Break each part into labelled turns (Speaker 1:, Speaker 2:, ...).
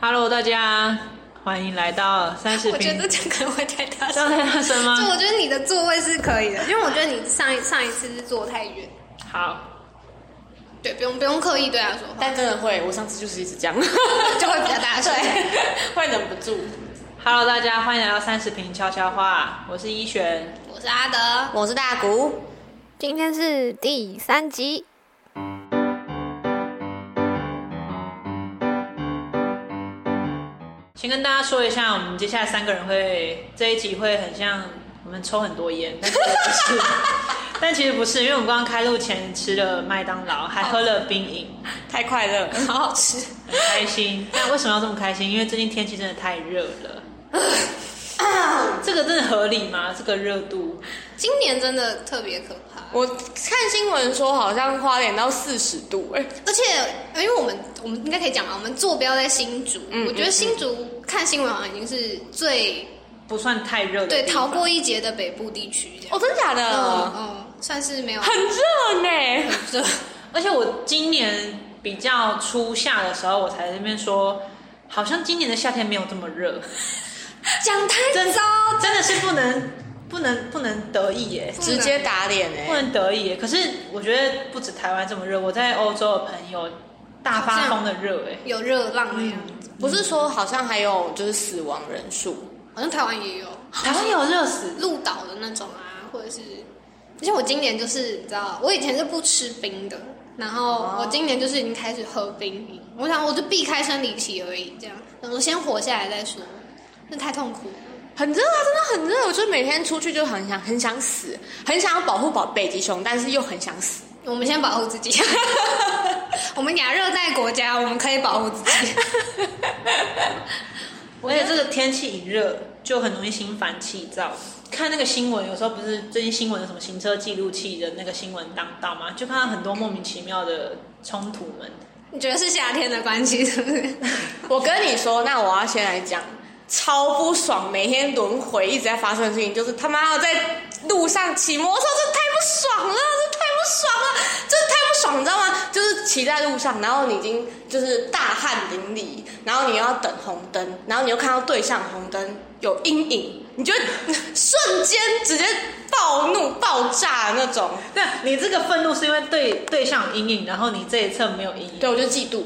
Speaker 1: Hello，大家欢迎来到三十
Speaker 2: 我觉
Speaker 1: 平
Speaker 2: 得。这可能会太大
Speaker 1: 这样
Speaker 2: 声。
Speaker 1: 太大声吗
Speaker 2: 就？我觉得你的座位是可以的，因为我觉得你上一上一次是坐太远，
Speaker 1: 好，
Speaker 2: 对，不用不用刻意对他说话，
Speaker 3: 但真的会，我上次就是一直这样，
Speaker 2: 就会比较大声。
Speaker 3: 对，会忍不住。
Speaker 1: ，Hello，大家欢迎来到三十平悄悄话，我是依璇。
Speaker 2: 我是阿德，
Speaker 3: 我是大谷，
Speaker 4: 今天是第三集，
Speaker 1: 先跟大家说一下，我们接下来三个人会这一集会很像我们抽很多烟，但其实不 是，但其实不是，因为我们刚刚开录前吃了麦当劳，还喝了冰饮，
Speaker 3: 太快乐了，
Speaker 2: 好好吃。
Speaker 1: 很开心。但为什么要这么开心？因为最近天气真的太热 了。这个真的合理吗？这个热度？
Speaker 2: 今年真的特别可怕，
Speaker 3: 我看新闻说好像花莲到四十度、哎，
Speaker 2: 而且因为我们我们应该可以讲吧，我们坐标在新竹，
Speaker 3: 嗯
Speaker 2: 我觉得新竹看新闻好像已经是最
Speaker 1: 不算太热的地
Speaker 2: 对
Speaker 1: 方，
Speaker 2: 逃过一劫的北部地区这样。
Speaker 3: 哦，真假的？
Speaker 2: 嗯嗯，算是没有
Speaker 3: 很热呢、
Speaker 2: 热。
Speaker 1: 而且我今年比较初夏的时候，我才在那边说，好像今年的夏天没有这么热，
Speaker 2: 讲太
Speaker 1: 真
Speaker 2: 糟，
Speaker 1: 真的是不能不能不能得意耶，
Speaker 2: 不能
Speaker 3: 直接打脸哎、
Speaker 1: 不能得意耶。可是我觉得不止台湾这么热，我在欧洲的朋友大发疯的热哎，
Speaker 2: 有热浪那样子，
Speaker 3: 不是说好像还有就是死亡人数，
Speaker 2: 好像台湾也有
Speaker 1: 台湾有热死，
Speaker 2: 鹿岛的那种啊，或者是，而且我今年就是你知道，我以前是不吃冰的，然
Speaker 3: 哦
Speaker 2: 后我今年就是已经开始喝冰饮，我想我就避开生理期而已，这样，然后先活下来再说，那太痛苦了。
Speaker 3: 很热啊，真的很热。我就每天出去就很想很想死，很想要保护保北极熊，但是又很想死。
Speaker 2: 我们先保护自己， 我们亚热带国家，我们可以保护自己。
Speaker 1: 而且这个天气一热，就很容易心烦气躁。看那个新闻，有时候不是最近新闻有什么行车记录器的那个新闻当道嘛，就看到很多莫名其妙的冲突们。
Speaker 2: 你觉得是夏天的关系是不 是？
Speaker 3: 我跟你说，那我要先来讲，超不爽，每天轮回一直在发生的事情，就是他妈的在路上骑摩托车，这太不爽了，这太不爽了，这太不爽，你知道吗？就是骑在路上，然后你已经就是大汗淋漓，然后你又要等红灯，然后你又看到对向红灯有阴影，你就会 瞬间直接暴怒爆炸那种。
Speaker 1: 对，你这个愤怒是因为对对象有阴影，然后你这一侧没有阴影。
Speaker 3: 对，我就嫉妒。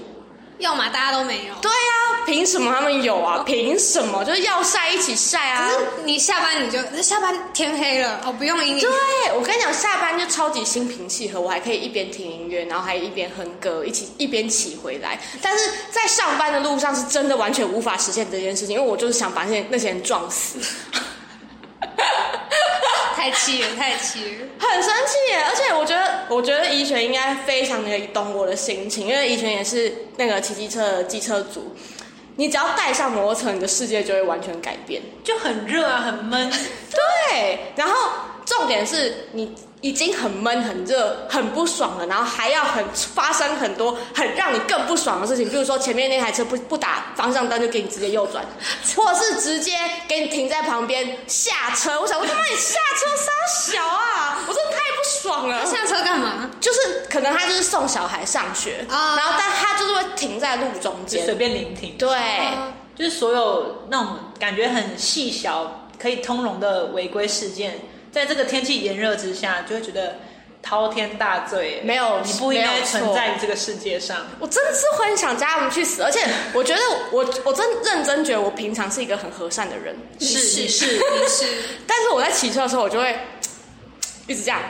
Speaker 2: 要么大家都没有。
Speaker 3: 对呀、啊，凭什么他们有啊？凭什么？就是要晒一起晒啊！
Speaker 2: 可是你下班你就下班天黑了哦，不用阴影
Speaker 3: 对，，我跟你讲，下班就超级心平气和，我还可以一边听音乐，然后还一边哼歌，一起一边骑回来。但是在上班的路上，是真的完全无法实现这件事情，因为我就是想把那些那些人撞死，
Speaker 2: 太气了，太气了。
Speaker 3: 很生气耶。而且我觉得，我觉得怡璇应该非常的懂我的心情，因为怡璇也是那个骑机车的机车族。你只要带上摩托车，你的世界就会完全改变。
Speaker 1: 就很热啊，很闷。
Speaker 3: 对，然后重点是你已经很闷、很热、很不爽了，然后还要很发生很多很让你更不爽的事情，比如说前面那台车不不打方向灯就给你直接右转， 或者是直接给你停在旁边下车。我想我他妈你下车傻小啊！我真的太不爽了。
Speaker 2: 下车干嘛？
Speaker 3: 就是可能他就是送小孩上学，
Speaker 2: 啊
Speaker 3: 然后但他就是会停在路中
Speaker 1: 就随
Speaker 3: 间。
Speaker 1: 便聆听，
Speaker 3: 对，
Speaker 2: 哦
Speaker 1: 就是所有那种感觉很细小、可以通融的违规事件，在这个天气炎热之下，就会觉得滔天大罪。
Speaker 3: 没有
Speaker 1: 你不应
Speaker 3: 没
Speaker 1: 该
Speaker 3: 有错
Speaker 1: 存在于这个世界上。
Speaker 3: 我真的是会很想叫他们去死，而且我觉得我我真认真觉得我平常是一个很和善的人，
Speaker 1: 是
Speaker 2: 你
Speaker 1: 你
Speaker 2: 是
Speaker 1: 是
Speaker 2: 你是，
Speaker 3: 但是我在骑车的时候，我就会一直这样，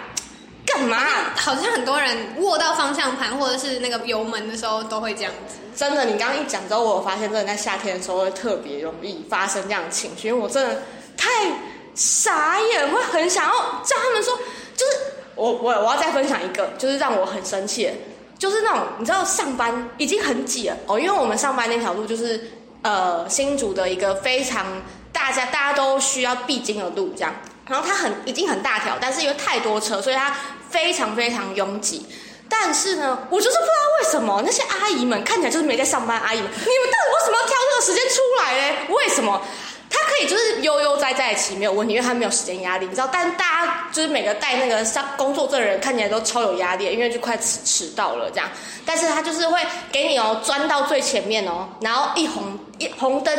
Speaker 3: 干嘛？啊
Speaker 2: 好像很多人握到方向盘或者是那个油门的时候都会这样子。
Speaker 3: 真的，你刚刚一讲之后，我有发现真的在夏天的时候会特别容易发生这样的情绪，因为我真的太傻眼，会很想要叫他们说，就是我我我要再分享一个，就是让我很生气的，就是那种你知道上班已经很挤了哦，因为我们上班那条路就是呃新竹的一个非常大家大家都需要必经的路，这样，然后它很已经很大条，但是因为太多车，所以它非常非常拥挤。但是呢，我就是不知道为什么那些阿姨们看起来就是没在上班，阿姨们，你们到底为什么要挑这个时间出来嘞？为什么？他可可以就是悠悠哉哉的骑没有问题，因为他没有时间压力，你知道。但大家就是每个带那个上工作证的人看起来都超有压力，因为就快迟迟到了这样。但是他就是会给你哦钻到最前面哦，然后一红一红灯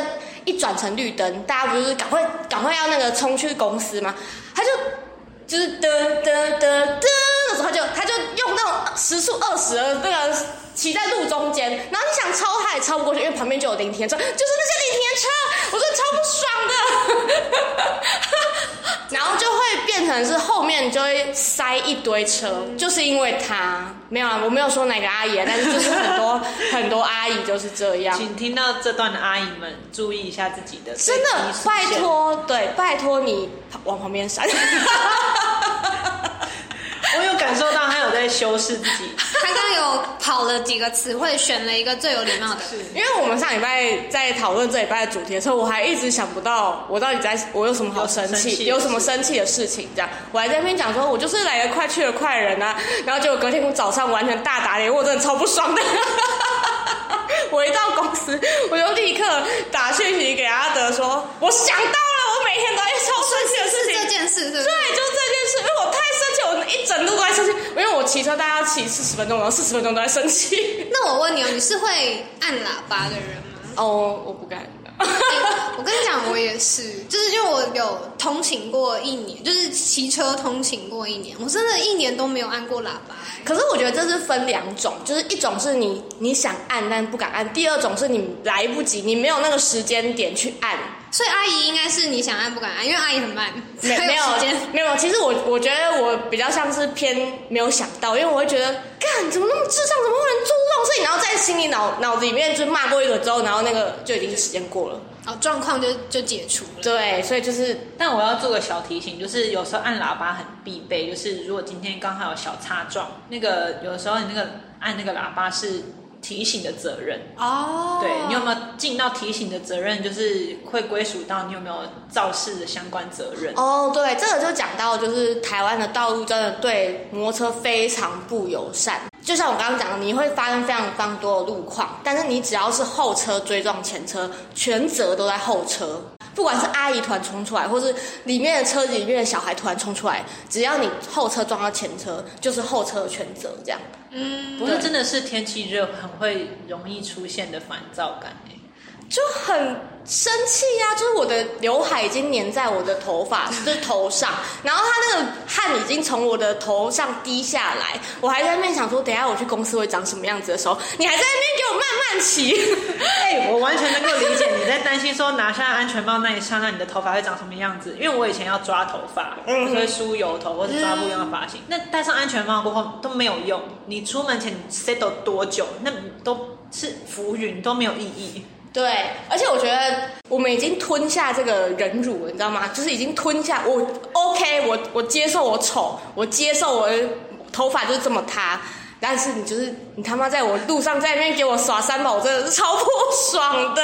Speaker 3: 一转成绿灯，大家不就是赶快赶快要那个冲去公司吗？他就就是噔噔噔噔的时候，他就他就用那种时速二十的那个骑在路中间，然后你想超他也超不过去，因为旁边就有临停车，就是那些临停车，我真的超不爽的。然 后就会变成是后面就会塞一堆车，就是因为他没有啊，我没有说哪个阿姨，啊，但是就是很多很多阿姨就是这样。
Speaker 1: 请听到这段的阿姨们注意一下自己的，
Speaker 3: 真的，拜，托，对，拜托你往旁边闪。
Speaker 1: 我有感受到她有在修饰自 己，
Speaker 2: 他刚刚有跑了几个词汇，选了一个最有礼貌的。
Speaker 3: 因为我们上礼拜在讨论这礼拜的主题的时候，我还一直想不到我到底在我有什么好生气，有
Speaker 1: 有
Speaker 3: 什
Speaker 1: 什
Speaker 3: 么
Speaker 1: 么
Speaker 3: 生气的事情这样。我还在那边讲说，我就是来得快去得快的人啊，然后结果隔天我早上完全大打脸，我真的超不爽的。 我一到公司，我就立刻打讯息给阿德说，我想到了，我每天都在超生气的事
Speaker 2: 是
Speaker 3: 情
Speaker 2: 这。件事，是不是
Speaker 3: 对，就这件事，因为我太生气，我一整路都在生气，因为我骑车大概要骑四十分钟，然后四十分钟都在生气。
Speaker 2: 那我问你哦，你是会按喇叭的人吗？
Speaker 3: 哦，我不敢。
Speaker 2: 欸我跟你讲，我也是，就是因为我有通勤过一年，就是骑车通勤过一年，我真的一年都没有按过喇叭。哎
Speaker 3: 可是我觉得这是分两种，就是一种是你你想按但不敢按，第二种是你来不及，你没有那个时间点去按，
Speaker 2: 所以阿姨应该是你想按不敢按，因为阿姨很慢，
Speaker 3: 没
Speaker 2: 还
Speaker 3: 没有
Speaker 2: 时间。
Speaker 3: 没有。其实我我觉得我比较像是偏没有想到，因为我会觉得，干怎么那么智障，怎么会有人做这种事情？然后在心里脑脑子里面就骂过一个之后，然后那个就已经时间过了。
Speaker 2: 哦，状况就就解除了。
Speaker 3: 对，所以就是
Speaker 1: 但我要做个小提醒，就是有时候按喇叭很必备，就是如果今天刚好有小擦撞，那个有时候你那个按那个喇叭是提醒的责任，
Speaker 2: 哦，
Speaker 1: 对你有没有尽到提醒的责任，就是会归属到你有没有肇事的相关责任。
Speaker 3: 哦，对，这个就讲到就是台湾的道路真的对摩托车非常不友善。就像我刚刚讲的，你会发生非常非常多的路况，但是你只要是后车追撞前车，全责都在后车。不管是阿姨突然冲出来，或是里面的车子里面的小孩突然冲出来，只要你后车撞到前车，就是后车的全责这样。
Speaker 2: 嗯，
Speaker 1: 不是真的是天气热很会容易出现的烦躁感、欸、
Speaker 3: 就很生气呀、啊就是我的刘海已经粘在我的头发，就是头上，然后它那个汗已经从我的头上滴下来，我还在那边想说，等一下我去公司会长什么样子的时候，你还在那边给我慢慢骑，
Speaker 1: 哎、我完全能够理解你在担心说拿下安全帽那一刹那你的头发会长什么样子，因为我以前要抓头发，
Speaker 3: 嗯
Speaker 1: 所以梳油头或者抓不一样的发型。那戴上安全帽过后都没有用，你出门前你 settle 多久，那都是浮云，都没有意义。
Speaker 3: 对，而且我觉得我们已经吞下这个忍辱了，你知道吗？就是已经吞下我 OK，我我接受我丑，我接受我的头发就是这么塌。但是你就是你他妈在我路上在那边给我耍三宝，我真的是超不爽的。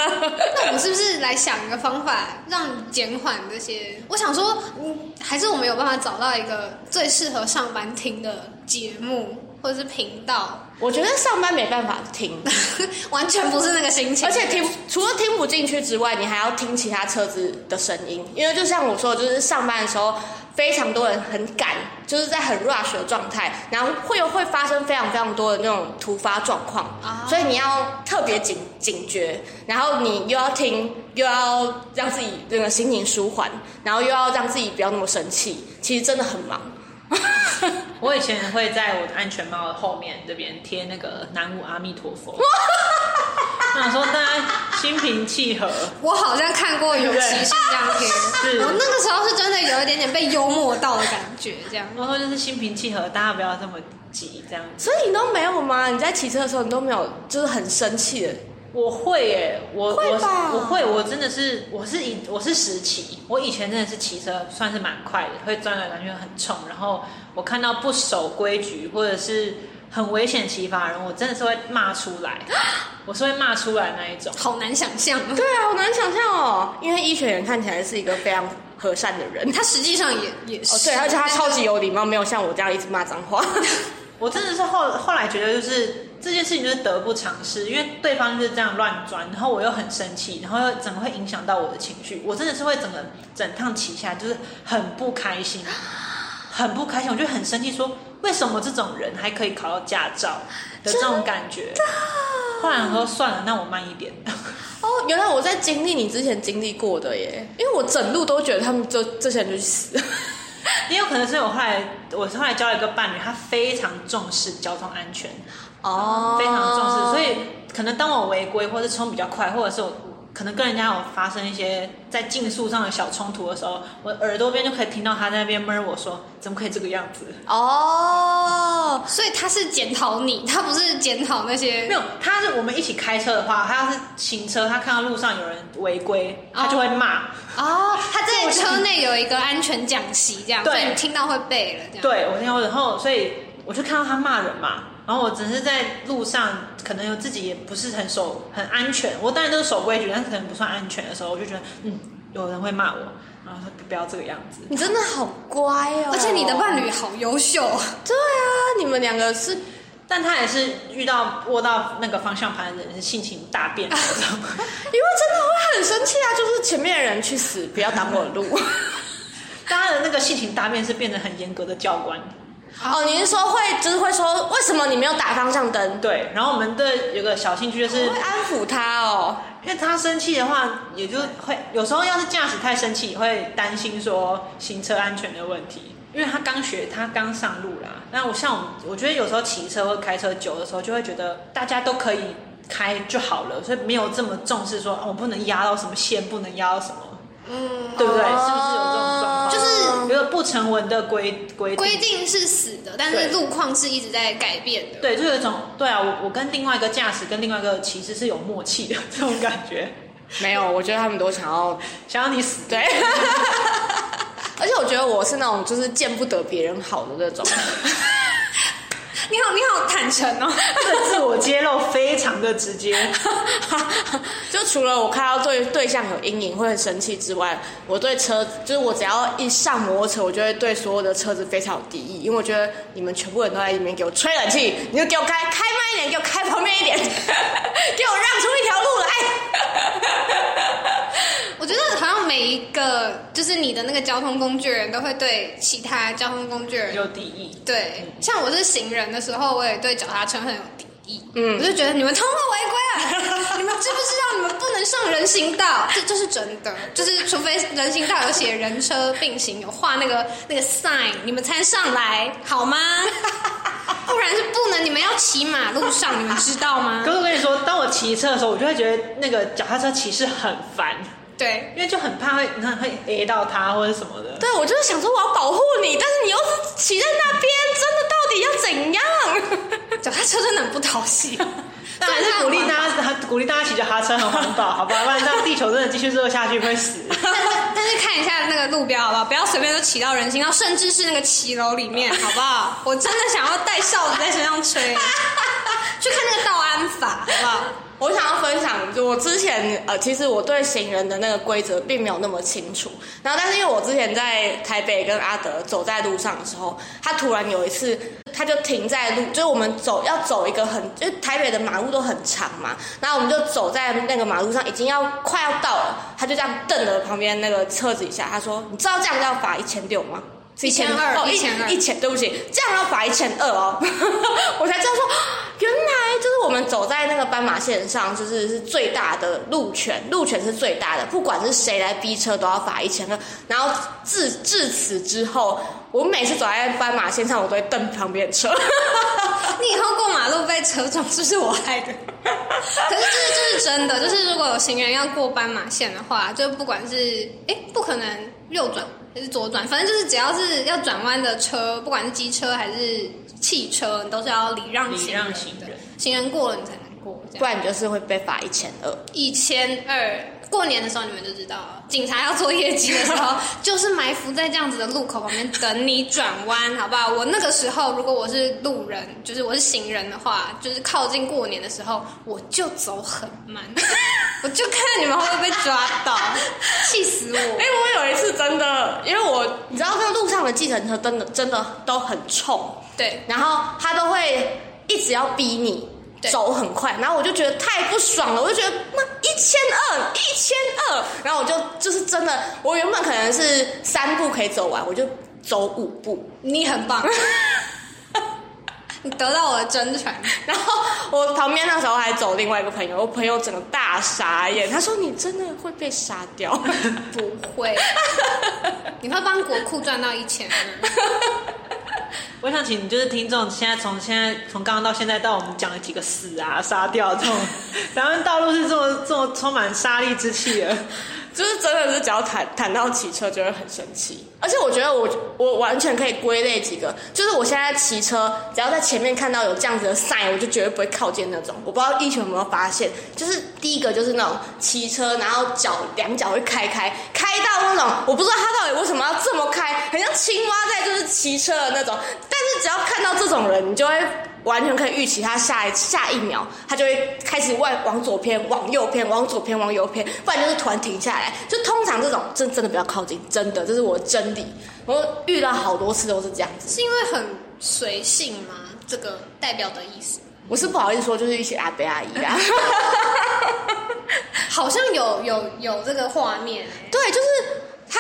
Speaker 2: 那 我们是不是来想一个方法，让你减缓这些？我想说，嗯，还是我们有办法找到一个最适合上班听的节目或者是频道，
Speaker 3: 我觉得上班没办法听，
Speaker 2: 完全不是那个心情，
Speaker 3: 而且听除了听不进去之外，你还要听其他车子的声音，因为就像我说的，就是上班的时候非常多人很赶，就是在很 rush 的状态，然后会有会发生非常非常多的那种突发状况，
Speaker 2: 啊
Speaker 3: 所以你要特别警警觉，然后你又要听，又要让自己那个心情舒缓，然后又要让自己不要那么生气，其实真的很忙。
Speaker 1: 我以前会在我的安全帽的后面这边贴那个南无阿弥陀佛，那想说大家心平气和，
Speaker 2: 我好像看过有骑士这样 贴，
Speaker 1: 对
Speaker 2: 我那个时候是真的有一点点被幽默到的感觉，这样。
Speaker 1: 然后就是心平气和，大家不要这么急这样子。
Speaker 3: 所以你都没有吗？你在骑车的时候，你都没有就是很生气的
Speaker 1: 我会耶、我
Speaker 3: 会
Speaker 1: 我是
Speaker 3: 吧
Speaker 1: 我会，我真的是我是以我是实骑，我以前真的是骑车算是蛮快的，会转来转去很冲，然后我看到不守规矩或者是很危险骑法的人，我真的是会骂出来，我是会骂出来那一种。
Speaker 2: 好难想 象，
Speaker 3: 对啊，好难想象哦，因为医学员看起来是一个非常和善的 人。
Speaker 2: 他实际上也也是，
Speaker 3: 哦，对，而 且他超级有礼貌，没有像我这样一直骂脏话。
Speaker 1: 我真的是后后来觉得，就是这件事情就是得不偿失，因为对方就是这样乱钻，然后我又很生气，然后又整个会影响到我的情绪，我真的是会整个整趟骑下来就是很不开心，很不开心，我就很生气说，为什么这种人还可以考到驾照的这种感觉？后来我说算了，那我慢一点。
Speaker 3: 哦，原来我在经历你之前经历过的耶，因为我整路都觉得他们就这些人就去死。
Speaker 1: 也有可能是我后来，我后来交了一个伴侣，他非常重视交通安全，
Speaker 3: 哦
Speaker 1: 非常重视，所以可能当我违规或者冲比较快，或者是我可能跟人家有发生一些在竞速上的小冲突的时候，我耳朵边就可以听到他在那边闷我说怎么可以这个样子？
Speaker 3: 哦，
Speaker 2: 所以他是检讨你，他不是检讨那些
Speaker 1: 没有，他是我们一起开车的话，他要是行车，他看到路上有人违规，他就会骂。
Speaker 2: 哦，他在车内有一个安全讲习，这样，
Speaker 1: 对
Speaker 2: 所以你听到会背了，这样。
Speaker 1: 对，我听到，然后所以我就看到他骂人嘛，然后我只是在路上，可能有自己也不是很守很安全，我当然都是守规矩，但可能不算安全的时候，我就觉得嗯，有人会骂我，然后说不要这个样子。
Speaker 3: 你真的好乖哦，
Speaker 2: 而且你的伴侣好优秀，
Speaker 3: 对啊，你们两个是
Speaker 1: 但他也是遇到握到那个方向盘的人是性情大变的那种，
Speaker 3: 因为真的会很生气啊，就是前面的人去死，不要挡我的 路。
Speaker 1: 但他的那个性情大变是变得很严格的教官。
Speaker 3: 哦，你是说会就是会说为什么你没有打方向灯？
Speaker 1: 对，然后我们的有个小兴趣就是
Speaker 3: 会安抚他哦。
Speaker 1: 因为他生气的话，也就会有时候要是驾驶太生气，会担心说行车安全的问题。因为他刚学，他刚上路啦。那我像我们，我觉得有时候骑车或开车久的时候，就会觉得大家都可以开就好了，所以没有这么重视说哦，我不能压到什么线，不能压到什么，
Speaker 2: 嗯，哦
Speaker 1: 对不对？是不是有这种状况？
Speaker 2: 就是
Speaker 1: 有一个不成文的规规定
Speaker 2: 规定是死的，但是
Speaker 1: 对
Speaker 2: 路况是一直在改变的。
Speaker 1: 对，就有一种对啊，我我跟另外一个驾驶跟另外一个骑士是有默契的这种感觉，
Speaker 3: 没有，我觉得他们都想要
Speaker 1: 想要你死
Speaker 3: 对。 而且我觉得我是那种就是见不得别人好的那 种，
Speaker 2: 你好，你好坦诚哦。
Speaker 1: 这自我揭露非常的直接，
Speaker 3: 就除了我看到对对象有阴影会很生气之外，我对车就是我只要一上摩托车，我就会对所有的车子非常有敌意，因为我觉得你们全部人都在里面给我吹冷气，你就给我开开慢一点，给我开旁边一点， 给我让出一条路来。
Speaker 2: 我觉得好像每一个就是你的那个交通工具人都会对其他交通工具人
Speaker 1: 有敌意。
Speaker 2: 对，像我是行人的时候，我也对脚踏车很有敌意。
Speaker 3: 嗯
Speaker 2: 我就觉得你们通通违规了， 你们知不知道你们不能上人行道？这这是真的，就是除非人行道有写人车并行，有画那个那个 sign，你们才上来好 吗？不然是不能，你们要骑马路上，你们知道 吗
Speaker 1: 可？是我跟你说，当我骑车的时候，我就会觉得那个脚踏车骑士很烦，
Speaker 2: 对，
Speaker 1: 因为就很怕会你看会 A 到他或者什么的。
Speaker 3: 对，我就是想说我要保护你，但是你又是骑在那边，真的到底要怎样？
Speaker 2: 脚踏车真的很不讨 喜。
Speaker 1: 但还是鼓励大家，鼓励大家骑脚踏车很环保，好吧？不然让地球真的继续热下去会死。
Speaker 2: 但是 但是看一下那个路标好不好？不要随便都骑到人行道，甚至是那个骑楼里 面，好不好？我真的想要带哨子在身上吹，去看那个道安法，好不好？
Speaker 3: 我想要分享，就我之前呃，其实我对行人的那个规则并没有那么清楚。然后，但是因为我之前在台北跟阿德走在路上的时候，他突然有一次，他就停在路，就是我们走要走一个很，就是台北的马路都很长嘛，然后我们就走在那个马路上，已经要快要到了，他就这样瞪了旁边那个车子一下，他说：“你知道这样要罚一千六吗？”是
Speaker 2: 1200
Speaker 3: 哦，一
Speaker 2: 1200
Speaker 3: 一千，对不起，这样要罚一千二哦。 我才知道说，原来就是我们走在那个斑马线上，就是是最大的路权，路权是最大的，不管是谁来逼车都要罚一千二。然后自至此之后，我每次走在斑马线上，我都会瞪旁边的 车。
Speaker 2: 你以后过马路被车撞，是不是我害的？ 可是这这是真的，就是如果有行人要过斑马线的话，就不管是哎，不可能右转还是左转，反正就是只要是要转弯的车，不管是机车还是汽车，你都是要礼让行人
Speaker 1: 礼
Speaker 2: 的
Speaker 1: 让行人
Speaker 2: 行人过了你才能过，这
Speaker 3: 不
Speaker 2: 样
Speaker 3: 然你就是会被罚一千二。
Speaker 2: 一千二。过年的时候你们就知道了，警察要做业绩的时候，就是埋伏在这样子的路口旁边等你转弯，好不好？我那个时候如果我是路人，就是我是行人的话，就是靠近过年的时候，我就走很慢，我就看你们会不会被抓到，气死我！
Speaker 3: 哎、我有一次真的，因为我你知道，那路上的计程车真的真的都很冲，
Speaker 2: 对，
Speaker 3: 然后他都会一直要逼你，
Speaker 2: 对
Speaker 3: 走很快，然后我就觉得太不爽了，我就觉得妈一千二一千二，然后我就就是真的，我原本可能是三步可以走完，我就走五步，
Speaker 2: 你很棒，你得到我的真传。
Speaker 3: 然后我旁边那时候还走另外一个朋友，我朋友整个大傻眼，他说你真的会被杀掉，
Speaker 2: 不会，你会帮国库赚到一千二。
Speaker 1: 我想请就是听众，现在从现在从刚刚到现在到我们讲了几个死啊、杀掉这种， 咱们道路是这么这么充满杀戮之气的。
Speaker 3: 就是真的是只要谈谈到骑车就会很生气，而且我觉得我我完全可以归类几个，就是我现在骑车，只要在前面看到有这样子的 sign，我就绝对不会靠近那种。我不知道一群有没有发现，就是第一个就是那种骑车，然后脚两脚会开开，开到那种我不知道他到底为什么要这么开，很像青蛙在就是骑车的那种。但是只要看到这种人，你就会完全可以预期他下一下一秒，他就会开始往往左偏、往右偏、往左偏、往右偏，不然就是突然停下来。就通常这种真真的比较靠近，真的这是我的真理。我遇到好多次都是这样子。
Speaker 2: 是因为很随性吗？这个代表的意思，
Speaker 3: 我是不好意思说，就是一些阿伯阿姨啊，
Speaker 2: 好像有有有这个画面、欸，
Speaker 3: 对，就是他。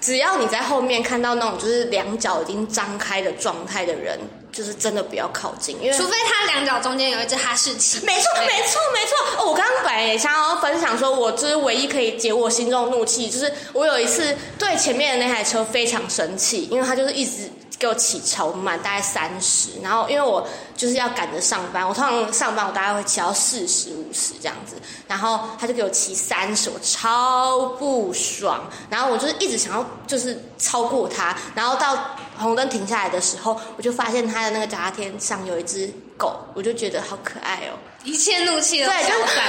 Speaker 3: 只要你在后面看到那种就是两脚已经张开的状态的人，就是真的不要靠近，因为
Speaker 2: 除非他两脚中间有一只哈士奇。
Speaker 3: 没错，
Speaker 2: 对
Speaker 3: 没错，没错。哦，我刚刚本来也想要分享说，我就是唯一可以解我心中的怒气，就是我有一次对前面的那台车非常生气，因为他就是一直给我骑超慢，大概三十。然后因为我就是要赶着上班，我通常上班我大概会骑到四十五十这样子，然后他就给我骑三十，我超不爽。然后我就是一直想要就是超过他，然后到红灯停下来的时候，我就发现他的那个脚踏垫上有一只狗，我就觉得好可爱哦。
Speaker 2: 一切怒气都
Speaker 3: 对
Speaker 2: 消
Speaker 3: 就
Speaker 2: 散。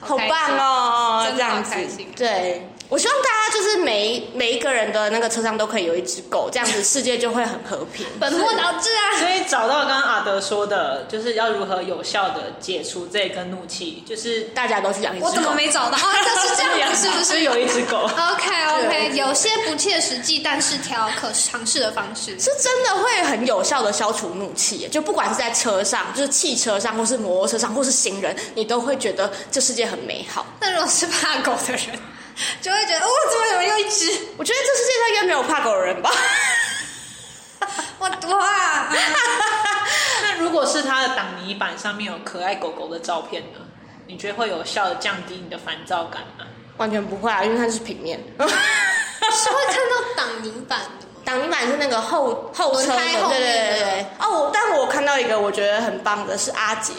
Speaker 3: 好
Speaker 2: 好开心
Speaker 3: 棒哦，
Speaker 2: 真
Speaker 3: 这
Speaker 2: 的好
Speaker 3: 样子
Speaker 2: 开心。
Speaker 3: 对，我希望大家就是每一每一个人的那个车上都可以有一只狗，这样子世界就会很和平。
Speaker 2: 本末倒置啊！
Speaker 1: 所以找到刚刚阿德说的，就是要如何有效的解除这根怒气，就是
Speaker 3: 大家都去养一只狗。
Speaker 2: 我怎么没找到？哦，这是这 样的，是
Speaker 1: 就
Speaker 2: 不
Speaker 1: 是
Speaker 2: 是？。
Speaker 1: 有一只狗
Speaker 2: OK OK，有些不切实际，但是条可尝试的方式。
Speaker 3: 是真的会很有效的消除怒气耶，就不管是在车上，就是汽车上，或是摩托车上，或是行人，你都会觉得这世界很美好。
Speaker 2: 但如果是怕狗的人，就会觉得哦，怎么怎么又一只？
Speaker 3: 我觉得这世界上应该没有怕狗 的人吧？
Speaker 2: 我哇！
Speaker 1: 那如果是它的挡泥板上面有可爱狗狗的照片呢？你觉得会有效的降低你的烦躁感吗？
Speaker 3: 完全不会啊，因为它是平面。
Speaker 2: 是会看到挡泥板的吗？
Speaker 3: 挡泥板是那个后后车
Speaker 2: 轮胎
Speaker 3: 的，
Speaker 2: 后面
Speaker 3: 对对对对对。哦，我但我看到一个我觉得很棒的是阿杰，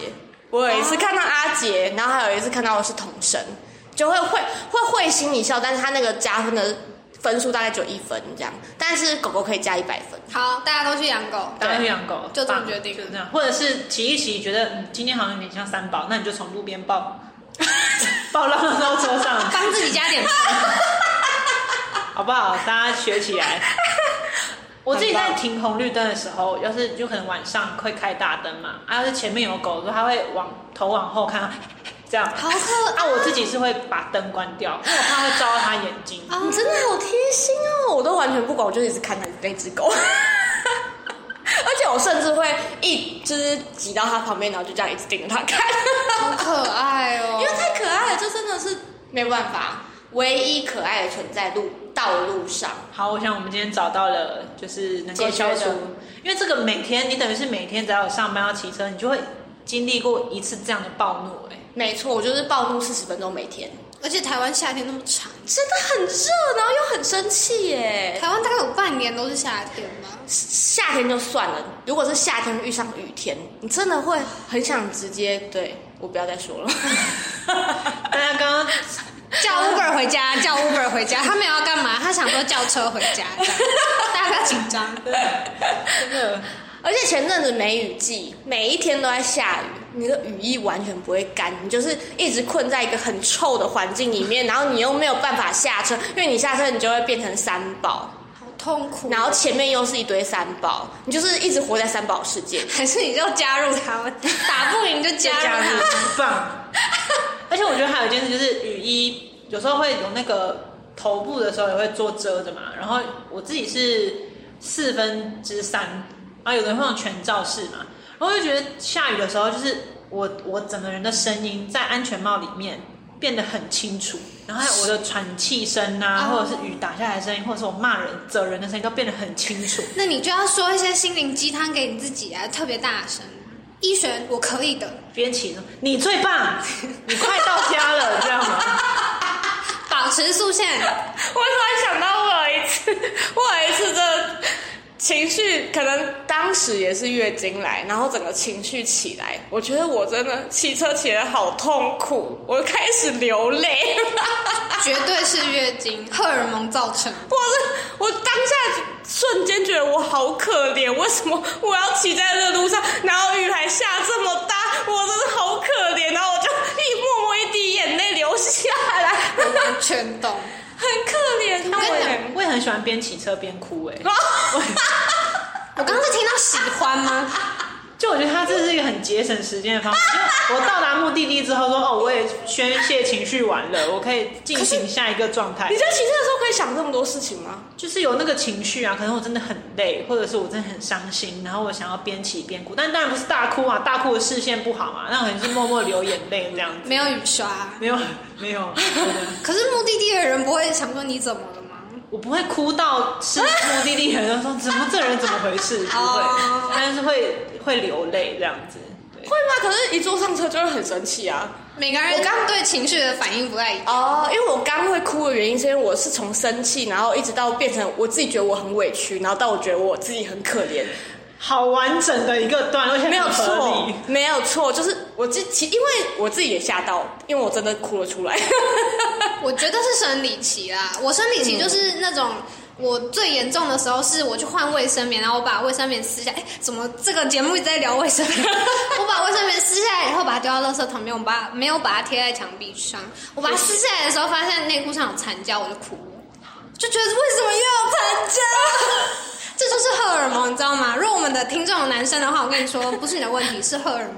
Speaker 3: 我有一次看到阿杰，然后还有一次看到的是童生，就会会会会心一笑，但是他那个加分的分数大概只有一分这样，但是狗狗可以加一百分。
Speaker 2: 好，大家都去养狗。
Speaker 1: 当然去养狗，
Speaker 2: 就这么
Speaker 1: 棒
Speaker 2: 决定
Speaker 1: 就这样。或者是骑一骑，觉得嗯，今天好像有点像三宝，那你就从路边抱， 抱到到车上，
Speaker 2: 帮自己加点分，
Speaker 1: 好不好？大家学起来。 我自己在停红绿灯的时候，要是就可能晚上会开大灯嘛，啊，要是前面有狗，的时候，它会往头往后看，这样。
Speaker 2: 好可
Speaker 1: 啊，我自己是会把灯关掉，因为我怕会照到它眼睛。
Speaker 2: 啊
Speaker 3: 你真的好贴心哦！我都完全不管，我就一直看它那只狗，而且我甚至会一就是挤到它旁边，然后就这样一直盯着它 看。
Speaker 2: 好可爱哦！
Speaker 3: 因为太可爱了，这真的是没办法，唯一可爱的存在路道路上。
Speaker 1: 好，我想我们今天找到了，就是能够
Speaker 3: 解决
Speaker 1: 消
Speaker 3: 的
Speaker 1: 除，因为这个每天你等于是每天只要有上班要骑车，你就会经历过一次这样的暴怒、哎，
Speaker 3: 没错，我就是暴怒四十分钟每天，
Speaker 2: 而且台湾夏天那么长，
Speaker 3: 真的很热，然后又很生气耶。
Speaker 2: 台湾大概有半年都是夏天吧。
Speaker 3: 夏天就算了，如果是夏天遇上雨天，你真的会很想直接对我不要再说了。
Speaker 1: 大家刚刚
Speaker 2: 叫 Uber 回家，叫 Uber 回家，他没有要干嘛，他想说叫车回家，这样大家不要紧张。
Speaker 1: 真的
Speaker 3: 而且前阵子梅雨季，每一天都在下雨，你的雨衣完全不会干，你就是一直困在一个很臭的环境里面，然后你又没有办法下车，因为你下车你就会变成三宝。
Speaker 2: 好痛苦。啊
Speaker 3: 然后前面又是一堆三宝，你就是一直活在三宝世界。
Speaker 2: 还是你就加入他们，打不赢就加入
Speaker 1: 加入
Speaker 2: 他们。
Speaker 1: 很棒。而且我觉得还有一件事就是雨衣有时候会有那个头部的时候也会做遮的嘛，然后我自己是四分之三，啊，有的人会用全罩式嘛，然后我就觉得下雨的时候就是我我整个人的声音在安全帽里面变得很清楚，然后还有我的喘气声啊，
Speaker 2: 哦
Speaker 1: 或者是雨打下来的声音，或者是我骂人、责人的声音，都变得很清楚。
Speaker 2: 那你就要说一些心灵鸡汤给你自己啊，特别大声。医学我可以的，
Speaker 1: 边起说你最棒，你快到家了，这样吗？
Speaker 2: 保持速线。
Speaker 3: 我突然想到，我有一次，我有一次的情绪，可能当时也是月经来，然后整个情绪起来，我觉得我真的骑车骑得好痛苦，我开始流泪。
Speaker 2: 绝对是月经荷尔蒙造成。
Speaker 3: 我是我当下瞬间觉得我好可怜，为什么我要骑在这路上，然后雨还下这么大，我真的好可怜，然后我就一默默一滴眼泪流下来，
Speaker 2: 我完全懂，
Speaker 3: 很可怜。啊
Speaker 2: 我跟你讲
Speaker 1: 我也很喜欢边骑车边哭、欸，哎，
Speaker 2: 我刚刚是听到喜欢吗？
Speaker 1: 就我觉得他这是一个很节省时间的方式。就我到达目的地之后说，哦，我也宣泄情绪完了，我可以进行下一个状态
Speaker 3: 你。在骑车的时候可以想这么多事情吗？
Speaker 1: 就是有那个情绪啊，可能我真的很累，或者是我真的很伤心，然后我想要边骑边哭，但当然不是大哭啊，大哭的视线不好嘛，那可能是默默流眼泪这样子。
Speaker 2: 没有雨刷，
Speaker 1: 没有，啊没有，真的
Speaker 2: 可是目的地的人不会想说你怎么了吗？
Speaker 1: 我不会哭到是目的地的人都说怎么这人怎么回事，不
Speaker 2: 哦
Speaker 1: 会，但是会会流泪这样子。对
Speaker 3: 会吗？可是，一坐上车就会很生气啊！
Speaker 2: 每个人刚对情绪的反应不太一样。
Speaker 3: 哦，因为我刚会哭的原因，是因为我是从生气，然后一直到变成我自己觉得我很委屈，然后到我觉得我自己很可 怜，
Speaker 1: 好完整的一个段落，而且
Speaker 3: 没有
Speaker 1: 很合
Speaker 3: 错
Speaker 1: 理。，
Speaker 3: 没有错，就是我自己，因为我自己也吓到，因为我真的哭了出来。
Speaker 2: 我觉得是生理期啦，我生理期就是那种。我最严重的时候是我去换卫生棉，然后我把卫生棉撕下，哎，怎么这个节目一直在聊卫生棉？我把卫生棉撕下来 以后，把它丢到垃圾桶里面，我把没有把它贴在墙壁上。我把它撕下来的时候，发现内裤上有残胶，我就哭了，就觉得为什么又有残胶？ 这就是荷尔蒙，你知道吗？如果我们的听众有男生的话，我跟你说，不是你的问题，是荷尔蒙，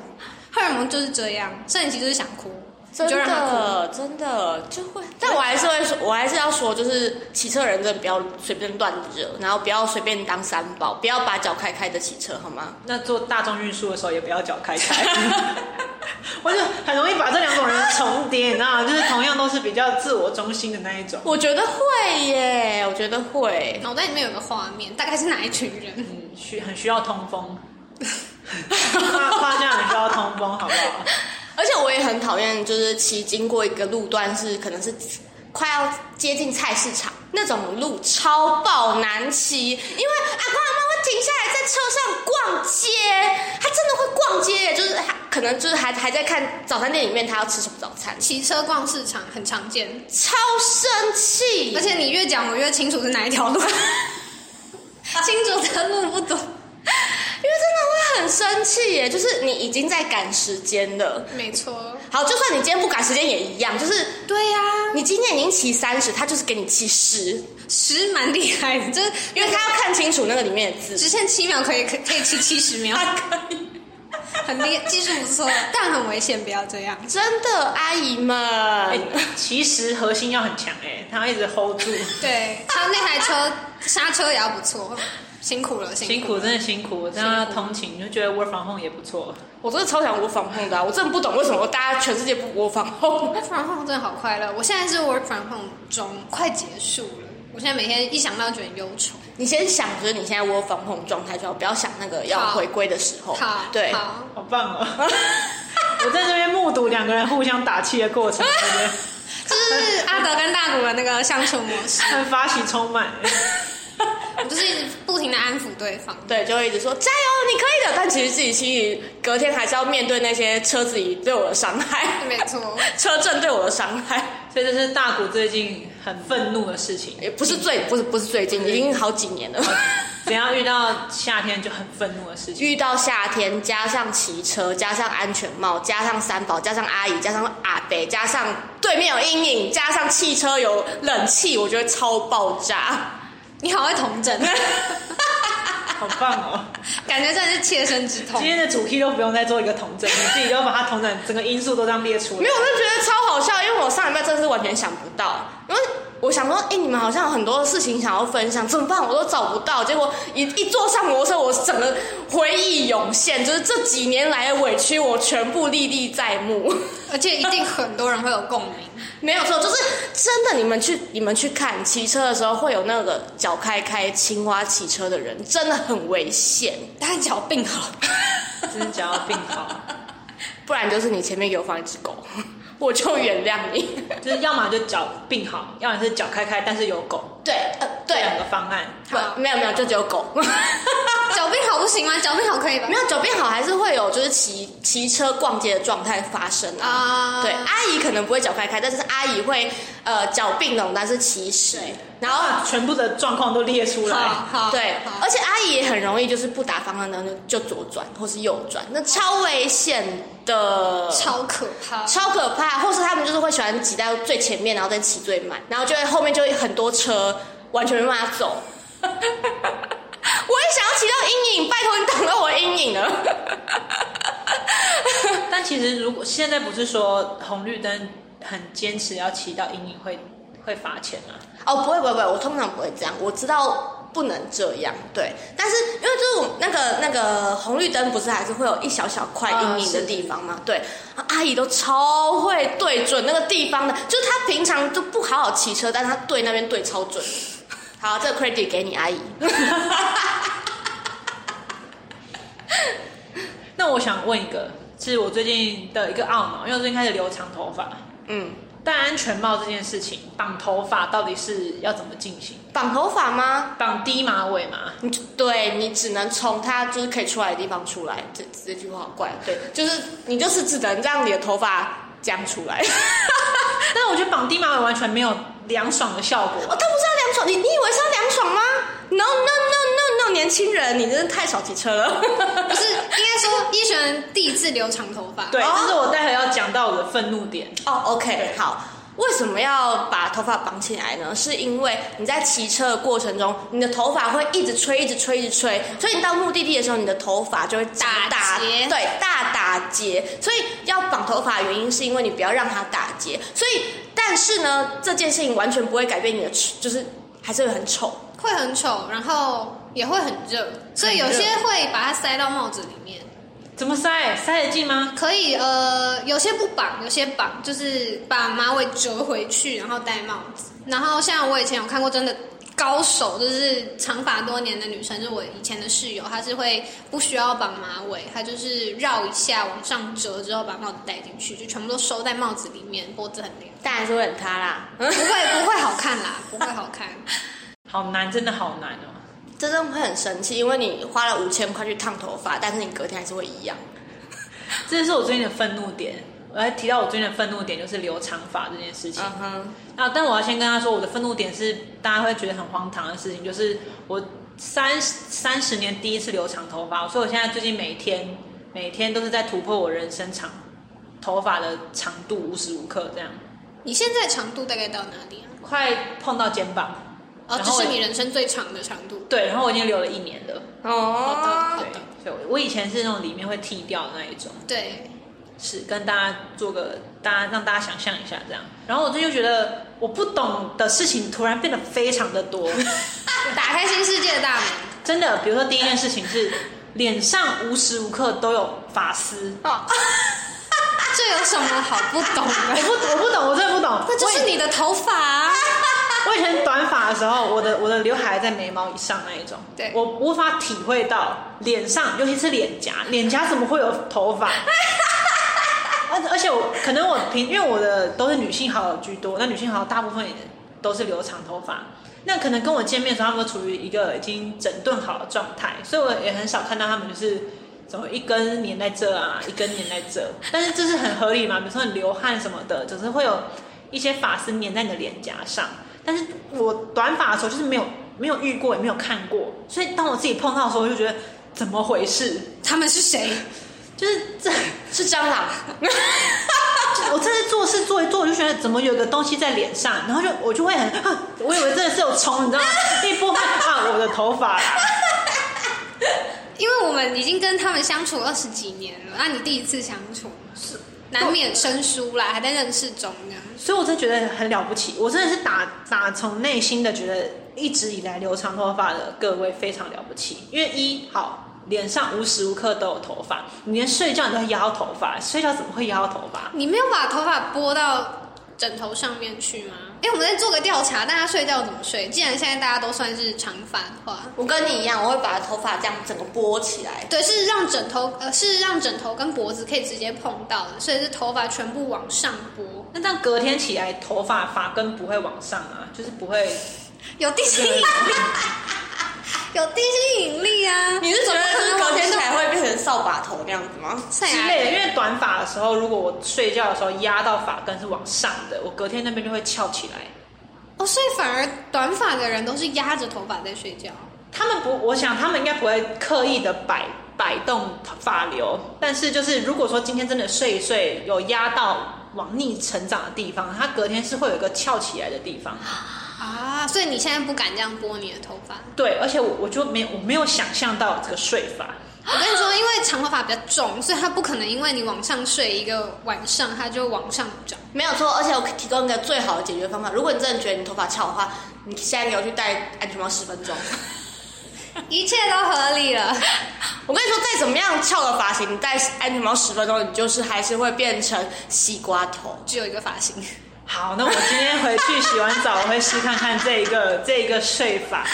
Speaker 2: 荷尔蒙就是这样，生理期就是想哭，你
Speaker 3: 真
Speaker 2: 就让他哭。
Speaker 3: 的，真的就会，但我还是会说，我还是要说，就是骑车人真的不要随便乱惹，然后不要随便当三宝，不要把脚开开的骑车，好吗？
Speaker 1: 那做大众运输的时候也不要脚开开， 我就很容易把这两种人重叠，你知道吗？ 就是同样都是比较自我中心的那一种。
Speaker 3: 我觉得会耶，我觉得会。
Speaker 2: 脑袋里面有个画面，大概是哪一群人？
Speaker 1: 嗯需很需要通风，夸 夸这样很需要通风，好不好？
Speaker 3: 而且我也很讨厌，就是骑经过一个路段是可能是快要接近菜市场那种路，超爆难骑，因为阿公阿妈会停下来在车上逛街，他真的会逛街，就是他可能就是还还在看早餐店里面他要吃什么早餐，
Speaker 2: 骑车逛市场很常见，
Speaker 3: 超生气，
Speaker 2: 而且你越讲我越清楚是哪一 条路，清楚的路不多。
Speaker 3: 因为真的会很生气耶，就是你已经在赶时间了。
Speaker 2: 没错，
Speaker 3: 好，就算你今天不赶时间也一样，就是
Speaker 2: 对呀、
Speaker 3: 你今天已经骑三十，他就是给你骑十，
Speaker 2: 十蛮厉害的，就是
Speaker 3: 因为他要看清楚那个里面的字。
Speaker 2: 直线七秒可以可可以骑七十秒，很厉害，技术不错，但很危险，不要这样。
Speaker 3: 真的，阿姨们，
Speaker 1: 哎、其实核心要很强哎、他要一直 hold 住，
Speaker 2: 对，他那台车刹车也要不错，辛苦了，辛
Speaker 1: 辛
Speaker 2: 苦
Speaker 1: 苦
Speaker 2: 了。
Speaker 1: 真的辛苦，这样要通勤就觉得 work from home 也不错。
Speaker 3: 我真的超想窝防控的、啊，我真的不懂为什么大家全世界不窝防控。
Speaker 2: work from home 真的好快乐，我现在是 work from home 中快结束了，我现在每天一想到就很忧愁。
Speaker 3: 你先想，就是你现在窝防控状态就好，不要想那个要
Speaker 2: 好
Speaker 3: 回归的时候。
Speaker 2: 好，
Speaker 3: 对，
Speaker 2: 好，
Speaker 1: 好棒 哦！我在这边目睹两个人互相打气的过程，我觉得
Speaker 2: 这是阿德跟大谷的那个相处模式，
Speaker 1: 很发喜充满。
Speaker 2: 我就是一直不停的安抚对方。
Speaker 3: 对，就会一直说加油，你可以的。但其实自己心里隔天还是要面对那些车子里对我的伤害，
Speaker 2: 没错，
Speaker 3: 车震对我的伤害，
Speaker 1: 所以这是大谷最近很愤怒的事情。
Speaker 3: 也不是最，不是不是最近，已经好几年了。
Speaker 1: 只要遇到夏天就很愤怒的事 情，
Speaker 3: 遇到夏天，加上骑车，加上安全帽，加上三宝，加上阿姨，加上阿伯，加上对面有阴影，加上汽车有冷气，我觉得超爆炸。
Speaker 2: 你好会童 真，
Speaker 1: 好棒哦！
Speaker 2: 感觉真的是切身之痛
Speaker 1: 今。天的主题都不用再做一个统整，你自己就把它统整整个因素都这样列出
Speaker 3: 没
Speaker 1: 来
Speaker 3: 有，。我就觉得超好笑，因为我上礼拜真的是完全想不到，因为我想说，哎、你们好像有很多事情想要分享，怎么办？我都找不到。结果一一坐上摩托车，我整个回忆涌现，就是这几年来的委屈，我全部历历在目。
Speaker 2: 而且一定很多人会有共鸣。
Speaker 3: 没有错，就是真的。你们去你们去看骑车的时候，会有那个脚开开青蛙骑车的人，真的很危险。
Speaker 2: 但脚病好，
Speaker 1: 真的脚要病好，
Speaker 3: 不然就是你前面给我放一只狗， 我就原谅你。
Speaker 1: 就是要么就脚病好，要么是脚开开但是有狗，
Speaker 3: 对，呃，
Speaker 1: 这
Speaker 3: 对，
Speaker 1: 两个方案。
Speaker 2: 好
Speaker 3: 不，没有没有，就只有狗。
Speaker 2: 脚病好不行吗？脚病好可以吧
Speaker 3: 没？有酒变好，还是会有就是骑骑车逛街的状态发生啊。
Speaker 2: 啊，
Speaker 3: 对，阿姨可能不会脚开开，但是阿姨会呃脚并拢，但是骑实。然后
Speaker 1: 把全部的状况都列出
Speaker 2: 好
Speaker 1: 来，
Speaker 2: 啊好
Speaker 3: 对
Speaker 2: 好，
Speaker 3: 而且阿姨也很容易就是不打方向灯就就左转或是右转，那超危险的，
Speaker 2: 超可怕。
Speaker 3: 超可怕。或是他们就是会喜欢挤到最前面，然后再骑最慢，然后就会后面就会很多车，完全没办法走。 我也想要骑到阴影，拜托你挡到我的阴影了。
Speaker 1: 但其实如果现在不是说红绿灯很坚持要骑到阴影会会罚钱吗？
Speaker 3: 哦，不会不会不会，我通常不会这样，我知道不能这样，对。但是因为就是我那个那个红绿灯不是还是会有一小小块阴影的地方吗？对，阿姨都超会对准那个地方的，就是她平常都不好好骑车，但她对那边对超准。好，这个 credit 给你阿姨。
Speaker 1: 那我想问一个，是我最近的一个懊恼，因为我最近开始留长头发，
Speaker 3: 嗯，
Speaker 1: 戴安全帽这件事情，绑头发到底是要怎么进行？
Speaker 3: 绑头发吗？
Speaker 1: 绑低马尾嘛？
Speaker 3: 你就对你只能从它就是可以出来的地方出来，这这句话好怪，对，就是你就是只能让你的头发这样出来。
Speaker 1: 但我觉得绑低马尾完全没有凉爽的效果。
Speaker 3: 哦，他不是要凉爽，你你以为是要凉爽吗？No No No No No，年轻人，你真的太少骑车了。
Speaker 2: 不是，应该说叶璇第一次留长头发，
Speaker 1: 对，
Speaker 3: 哦
Speaker 1: 这是我待会要讲到我的愤怒点。
Speaker 3: 哦，OK，好。为什么要把头发绑起来呢？是因为你在骑车的过程中，你的头发会一直吹，一直吹，一直吹，所以你到目的地的时候，你的头发就会长
Speaker 2: 打结
Speaker 3: 对，大打结。所以要绑头发的原因是因为你不要让它打结。所以，但是呢，这件事情完全不会改变你的，就是还是会很丑。
Speaker 2: 会很丑，然后也会很热，所以有些会把它塞到帽子里面。
Speaker 1: 怎么塞？塞得进吗？
Speaker 2: 可以，呃，有些不绑，有些绑，就是把马尾折回去，然后戴帽子。然后像我以前有看过，真的高手，就是长发多年的女生，就是我以前的室友，她是会不需要绑马尾，她就是绕一下往上折之后把帽子戴进去，就全部都收在帽子里面，脖子很凉，
Speaker 3: 当然是会很塌啦。
Speaker 2: 不会不会好看啦，不会好看。
Speaker 1: 好难，真的好难哦。
Speaker 3: 真的会很生气，因为你花了五千块去烫头发，但是你隔天还是会一样。
Speaker 1: 这是我最近的愤怒点。我来提到我最近的愤怒点就是留长发这件事情。
Speaker 3: 哼，
Speaker 1: 啊，但我要先跟他说，我的愤怒点是大家会觉得很荒唐的事情，就是我三三十年第一次留长头发，所以我现在最近每天每天都是在突破我人生长头发的长度，无时无刻这样，
Speaker 2: 你现在长度大概到哪里啊？
Speaker 1: 快碰到肩膀。
Speaker 2: 哦，
Speaker 1: 然
Speaker 2: 这
Speaker 1: 后
Speaker 2: 是你人生最长的长度。
Speaker 1: 对，然后我已经留了一年了。
Speaker 2: 好
Speaker 3: 哦
Speaker 2: 的，
Speaker 1: 对，所以我我以前是那种里面会剃掉的那一种。
Speaker 2: 对，
Speaker 1: 是跟大家做个大家让大家想象一下这样。然后我最近就觉得我不懂的事情突然变得非常的多，
Speaker 2: 打开新世界的大门。
Speaker 1: 真的，比如说第一件事情是脸上无时无刻都有发丝，
Speaker 3: 啊
Speaker 2: 哦，这有什么好不懂
Speaker 1: 我
Speaker 2: 的？
Speaker 1: 不我不懂，我真的不懂。
Speaker 2: 那就是你的头发、啊。
Speaker 1: 我以前短发的时候，我的我的刘海在眉毛以上那一种，
Speaker 2: 对
Speaker 1: 我无法体会到脸上，尤其是脸颊，脸颊怎么会有头发？啊而而且我可能我平，因为我的都是女性好友居多，那女性好友大部分也都是留长头发，那可能跟我见面的时候，他们都处于一个已经整顿好的状态，所以我也很少看到他们就是。怎么一根粘在这啊，一根粘在这？但是这是很合理嘛？比如说你流汗什么的，总是会有一些发丝粘在你的脸颊上。但是我短发的时候就是没有没有遇过，也没有看过，所以当我自己碰到的时候，我就觉得怎么回事？
Speaker 2: 他们是谁？
Speaker 1: 就是这，
Speaker 3: 是蟑螂，
Speaker 1: 就我这次做事做一做，我就觉得怎么有个东西在脸上，然后就我就会很，啊、我以为真的是有虫，你知道吗？一波会啊我的头发啦，
Speaker 2: 因为我们已经跟他们相处二十几年了，那、你第一次相处嘛，是，难免生疏啦，还在认识中啊这样。
Speaker 1: 所以我真的觉得很了不起，我真的是打打从内心的觉得，一直以来留长头发的各位非常了不起，因为一好。脸上无时无刻都有头发，你连睡觉你都会压到头发，睡觉怎么会压到头发？
Speaker 2: 你没有把头发拨到枕头上面去吗？哎，我们再做个调查，大家睡觉怎么睡？既然现在大家都算是长发的话，
Speaker 3: 我跟你一样，我会把头发这样整个拨起来。
Speaker 2: 对，是让枕头呃是让枕头跟脖子可以直接碰到的，所以是头发全部往上拨。
Speaker 1: 那这样隔天起来，头发发根不会往上啊，就是不会。
Speaker 2: 有地心引力，啊有地心引力啊！
Speaker 3: 你是觉
Speaker 2: 怎么
Speaker 3: 得
Speaker 2: 可
Speaker 3: 就是
Speaker 2: 能
Speaker 3: 隔
Speaker 2: 往
Speaker 3: 天 起
Speaker 2: 上
Speaker 3: 来会变成扫把头那样子吗？
Speaker 2: 晒
Speaker 1: 之类的，因为短发的时候，如果我睡觉的时候压到发根是往上的，我隔天那边就会翘起来。
Speaker 2: 哦，所以反而短发的人都是压着头发在睡觉。
Speaker 1: 他们不，我想他们应该不会刻意的摆摆动发流，但是就是如果说今天真的睡一睡，有压到往逆成长的地方，它隔天是会有一个翘起来的地方。
Speaker 2: 啊，所以你现在不敢这样拨你的头发。
Speaker 1: 对，而且我我就没我没有想象到这个睡法。
Speaker 2: 我跟你说，因为长头发比较重，所以它不可能因为你往上睡一个晚上，它就往上 长。
Speaker 3: 没有错，而且我提供一个最好的解决方法。如果你真的觉得你头发翘的话，你现在给我去戴安全帽十分钟。
Speaker 2: 一切都合理了。
Speaker 3: 我跟你说，再怎么样翘的发型，你戴安全帽十分钟，你就是还是会变成西瓜头。
Speaker 2: 只有一个发型，
Speaker 1: 好，那我今天回去洗完澡，我会试看看这一个这一个睡法。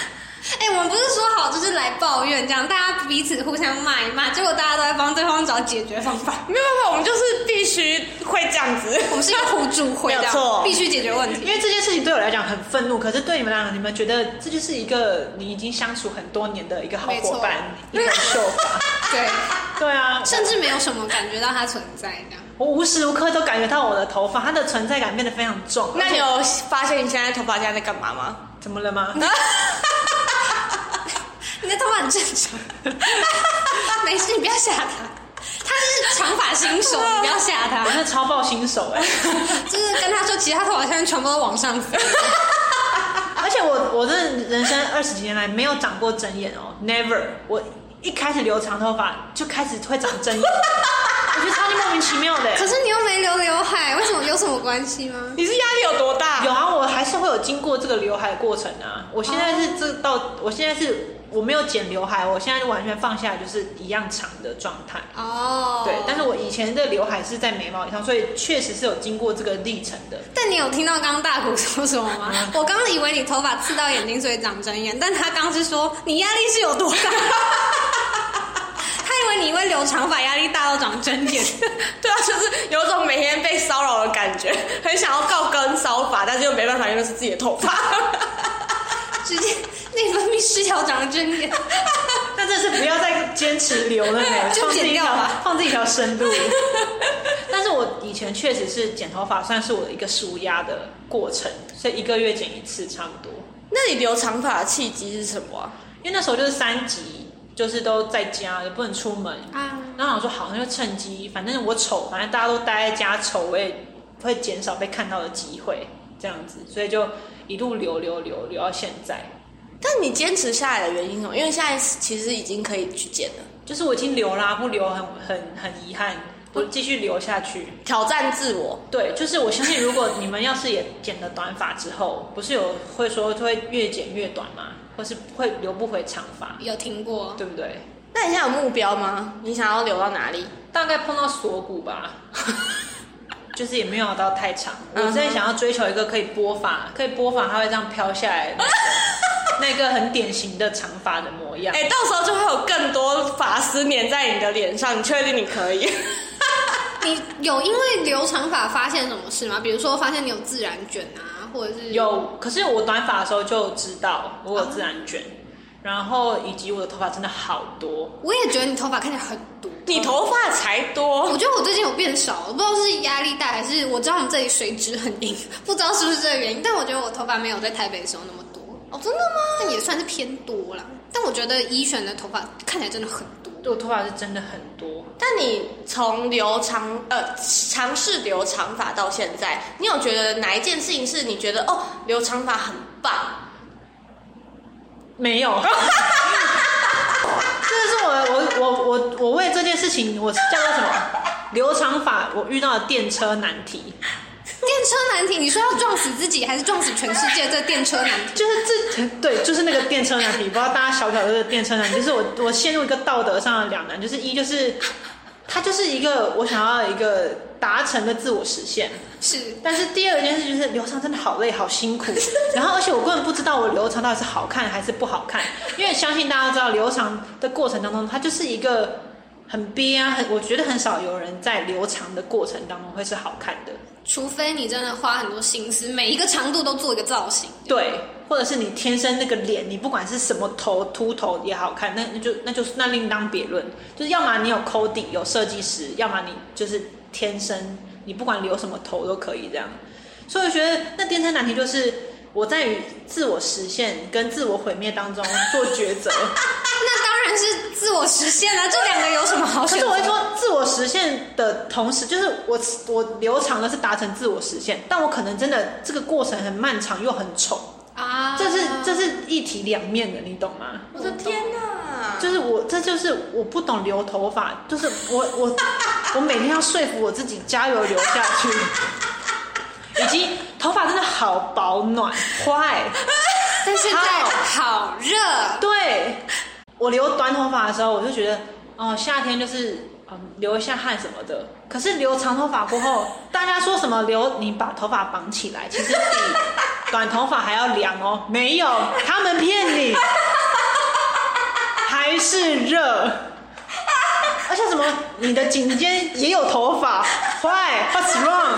Speaker 2: 哎、我们不是说好就是来抱怨这样，大家彼此互相骂一骂，结果大家都在帮对方找解决 方法。
Speaker 3: 没有办法，我们就是必须会这样子。
Speaker 2: 我们是一个互助会，这
Speaker 3: 没有
Speaker 2: 样
Speaker 3: 错
Speaker 2: 必须解决问
Speaker 1: 因
Speaker 2: 题。
Speaker 1: 为这件事情对我来讲很愤怒，可是对你们来讲，你们觉得这就是一个你已经相处很多年的一个好伙伴，一个秀 法。
Speaker 2: 对，
Speaker 1: 对啊，
Speaker 2: 甚至没有什么感觉到它存在这样。
Speaker 1: 我无时无刻都感觉到我的头发，它的存在感变得非常重。
Speaker 3: 那你有发现你现在头发现在在干嘛吗？
Speaker 1: 怎么了吗？
Speaker 2: 你的头发很正常，没事，你不要吓他。他是长发新手，你不要吓他
Speaker 1: 我。是超爆新手 哎、
Speaker 2: 就是跟他说，其实他头发现在全部都往上飞。
Speaker 1: 而且我我真的人生二十几年来没有长过针眼哦，never。我一开始留长头发就开始会长针 眼，我觉得超级莫名其妙的、欸
Speaker 2: 可是你又没留刘海，为什么有什么关系吗？
Speaker 3: 你是压力有多 大？
Speaker 1: 有啊，我还是会有经过这个刘海过程啊。我现在
Speaker 2: 哦
Speaker 1: 是这到，我现在是我没有剪刘海，我现在就完全放下来，就是一样长的状态。
Speaker 2: 哦，
Speaker 1: 对，但是我以前的刘海是在眉毛以上，所以确实是有经过这个历程的。
Speaker 2: 但你有听到刚刚大谷说什么 吗？我刚刚以为你头发刺到眼睛，所以长针眼，但他刚是说你压力是有多大。 他以为你因为留长发压力大到长针眼，
Speaker 3: 对啊，就是有一种每天被骚扰的感觉，很想要告跟骚法，但是又没办法，因为是自己的头发。
Speaker 2: 直接内分泌失调长针眼。
Speaker 1: 但这是不要再坚持留了呢
Speaker 2: ，就
Speaker 1: 放自己
Speaker 2: 剪
Speaker 1: 一
Speaker 2: 掉
Speaker 1: 条
Speaker 2: 吧
Speaker 1: 放自己一条生 路。但是我以前确实是剪头发，算是我的一个舒压的过程，所以一个月剪一次差不多。
Speaker 3: 那你留长发的契机是什么啊、
Speaker 1: 因为那时候就是三级，就是都在家，也不能出门
Speaker 2: 啊
Speaker 1: 然后我想说好，那就趁机，反正我丑，反正大家都待在家丑，我也会减少被看到的机会，这样子，所以就一路留留留留到现在。
Speaker 3: 但你坚持下来的原因是什么？因为现在其实已经可以去剪了，
Speaker 1: 就是我已经留啦，不留很很很遗憾，我继续留下去。
Speaker 3: 挑战自我。
Speaker 1: 对，就是我相信，如果你们要是也剪了短发之后，不是有会说会越剪越短吗？或是会留不回长发，
Speaker 2: 有听过，
Speaker 1: 对不对？
Speaker 3: 那你现在有目标吗？你想要留到哪里？
Speaker 1: 大概碰到锁骨吧， 就是也没有到太长。我在想要追求一个可以拨发，可以拨发，它会这样飘下来的那个，那个很典型的长发的模样。
Speaker 3: 哎、到时候就会有更多发丝粘在你的脸上，你确定你可 以？
Speaker 2: 你有因为留长发发现什么事吗？比如说发现你有自然卷啊，或者是
Speaker 1: 有，可是我短发的时候就知道我有自然卷，然后以及我的头发真的好多，
Speaker 2: 我也觉得你头发看起来很多。
Speaker 3: 你头发才多
Speaker 2: 我，觉得我最近有变少，我不知道是压力大还是我知道我们这里水质很硬， 不知道是不是这个原因。但我觉得我头发没有在台北的时候那么多，
Speaker 3: 哦，真的吗？
Speaker 2: 但也算是偏多啦。但我觉得依璇的头发看起来真的很多，
Speaker 1: 对我头发是真的很多。
Speaker 3: 但你从留长呃尝试留长发到现在，你有觉得哪一件事情是你觉得哦留长发很棒？
Speaker 1: 没有。 这是我我我我我为这件事情，我叫做什么？留长发我遇到的电车难题，
Speaker 2: 电车难题，你说要撞死自己还是撞死全世界？这电车难题，
Speaker 1: 就是这对，就是那个电车难题，不知道大家晓不晓得这个电车难题，就是我我陷入一个道德上的两难，就是一就是它就是一个我想要一个达成的自我实现，
Speaker 2: 是
Speaker 1: 但是第二件事就是留长真的好累好辛苦，然后而且我根本不知道我留长到底是好看还是不好看，因为相信大家知道留长的过程当中，它就是一个很憋啊，很我觉得很少有人在留长的过程当中会是好看的，
Speaker 2: 除非你真的花很多心思，每一个长度都做一个造型。
Speaker 1: 对，或者是你天生那个脸，你不管是什么头秃头也好看，那那就那就是那另当别论，就是要么你有抠底有设计师，要么你就是天生你不管留什么头都可以这样。所以我觉得那电车难题就是我在与自我实现跟自我毁灭当中做抉择。
Speaker 2: 那当然是自我实现了、这两个有什么好
Speaker 1: 可
Speaker 2: 选
Speaker 1: 是
Speaker 2: 择？
Speaker 1: 我会说，自我实现的同时，就是我我留长的是达成自我实现，但我可能真的这个过程很漫长又很丑，
Speaker 2: 啊，
Speaker 1: 这是这是一体两面的，你懂吗？
Speaker 3: 我的天哪！
Speaker 1: 就是我，这就是我不懂留头发，就是我我我每天要说服我自己加油留下去， 以及头发真的好保暖，坏，
Speaker 2: 但是在好热，
Speaker 1: 对我留短头发的时候，我就觉得哦，夏天就是嗯流一下汗什么的。可是留长头发过后， 大家说什么留你把头发绑起来，其实比短头发还要凉哦，没有，他们骗你，还是热。而且什么，你的颈肩也有头发，Why? What's wrong？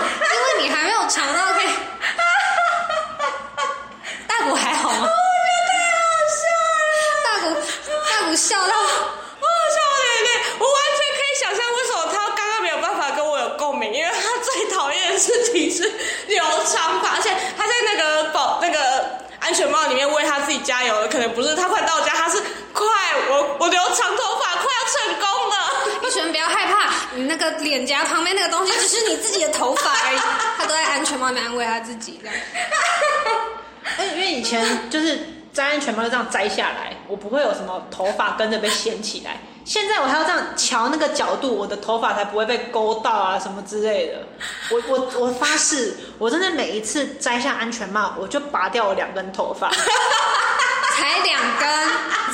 Speaker 2: 因为你还没有尝到可 以。大谷还好
Speaker 1: 哦
Speaker 2: 吗？我觉得太好笑了。大谷大谷笑到
Speaker 3: 我好笑我眼泪，我完全可以想象为什么他刚刚没有办法跟我有共鸣，因为他最讨厌的事情是留长发，而且他在那个保那个安全帽里面为他自己加油的，可能不是他快到家，他是快我我留长头发快要成功了。
Speaker 2: 一璇不要害怕，你那个脸颊旁边那个东西只是你自己的头发而已。他都在安全帽里面安慰他自己，这样。
Speaker 1: 哎，因为以前就是摘安全帽就这样摘下来，我不会有什么头发跟着被掀起来。现在我还要这样瞧那个角度，我的头发才不会被勾到啊什么之类的。我我我发誓，我真的每一次摘下安全帽，我就拔掉我两根头发。
Speaker 2: 才两根，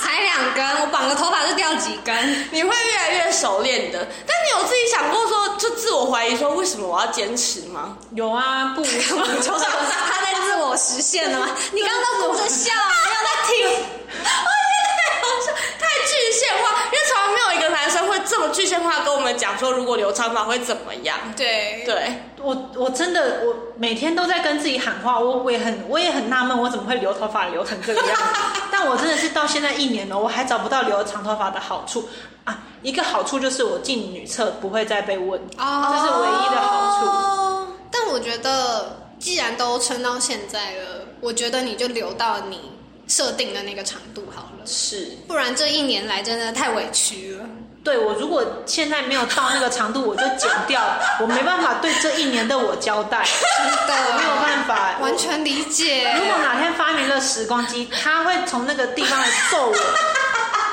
Speaker 2: 才两根，我绑个头发就掉几根。
Speaker 3: 你会越来越熟练的，但你有自己想过说，就自我怀疑说为什么我要坚持吗？
Speaker 1: 有啊，不无所谓
Speaker 3: 球场上
Speaker 2: 他在自我实现了吗？你刚刚都哭着笑啊，没有在听。
Speaker 3: 好像太具象化，因为从来没有一个男生会这么具象化跟我们讲说，如果留长发会怎么样。
Speaker 2: 对，
Speaker 3: 对，
Speaker 1: 我我真的我每天都在跟自己喊话，我我也很我也很纳闷，我怎么会留头发留成这个样子？ 但我真的是到现在一年了，我还找不到留长头发的好处啊！一个好处就是我进女厕不会再被问，
Speaker 2: 哦
Speaker 1: 这是唯一的好处。
Speaker 2: 处。哦但我觉得，既然都撑到现在了，我觉得你就留到你设定的那个长度好了，
Speaker 1: 是
Speaker 2: 不然这一年来真的太委屈了。
Speaker 1: 对我如果现在没有到那个长度，我就剪掉，我没办法对这一年的我交代，
Speaker 2: 真的
Speaker 1: 没有办法，
Speaker 2: 完全理解。
Speaker 1: 如果哪天发明了时光机，他会从那个地方来揍我。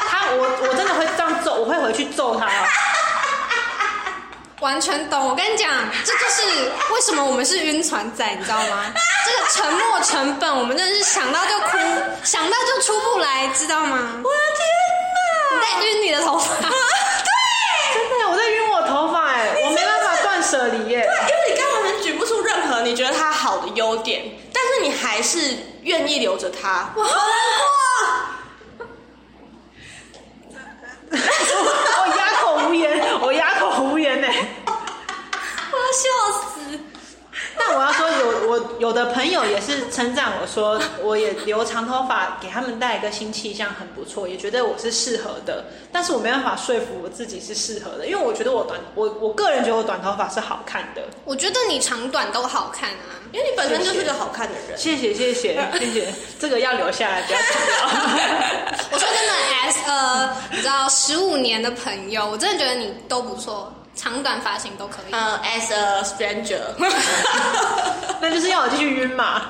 Speaker 1: 他，我我真的会这样揍，我会回去揍他哦。
Speaker 2: 完全懂，我跟你讲，这就是为什么我们是晕船仔，你知道 吗？这个沉没成本，我们真的是想到就哭，想到就出不来，知道吗？
Speaker 3: 我的天
Speaker 2: 你在晕你的头 发，
Speaker 1: 真的，啊我在晕我头发哎，我没办法断舍离 耶。
Speaker 3: 哪！因为你刚才举不出任何你觉得他好的优点，但是你还是愿意留着他。
Speaker 2: 我好难啊
Speaker 1: 我哦哑口无言，我哑口无言哎。
Speaker 2: 过，我要笑死。
Speaker 1: 但我要说有我有的朋友也是称赞我说，我也留长头发给他们带一个新气象，很不错，也觉得我是适合的。但是我没办法说服我自己是适合的，因为我觉得我短，我我个人觉得我短头发是好看的。
Speaker 2: 我觉得你长短都好看啊，
Speaker 3: 因为你本身就是个好看的人，
Speaker 1: 谢谢谢谢谢 谢，这个要留下来，不要 剪掉。
Speaker 2: 我说真的，as a 你知道十五年的朋友，我真的觉得你都不错，长短发型都可以。
Speaker 3: 呃、a s a stranger，
Speaker 1: 那就是要我继续晕嘛，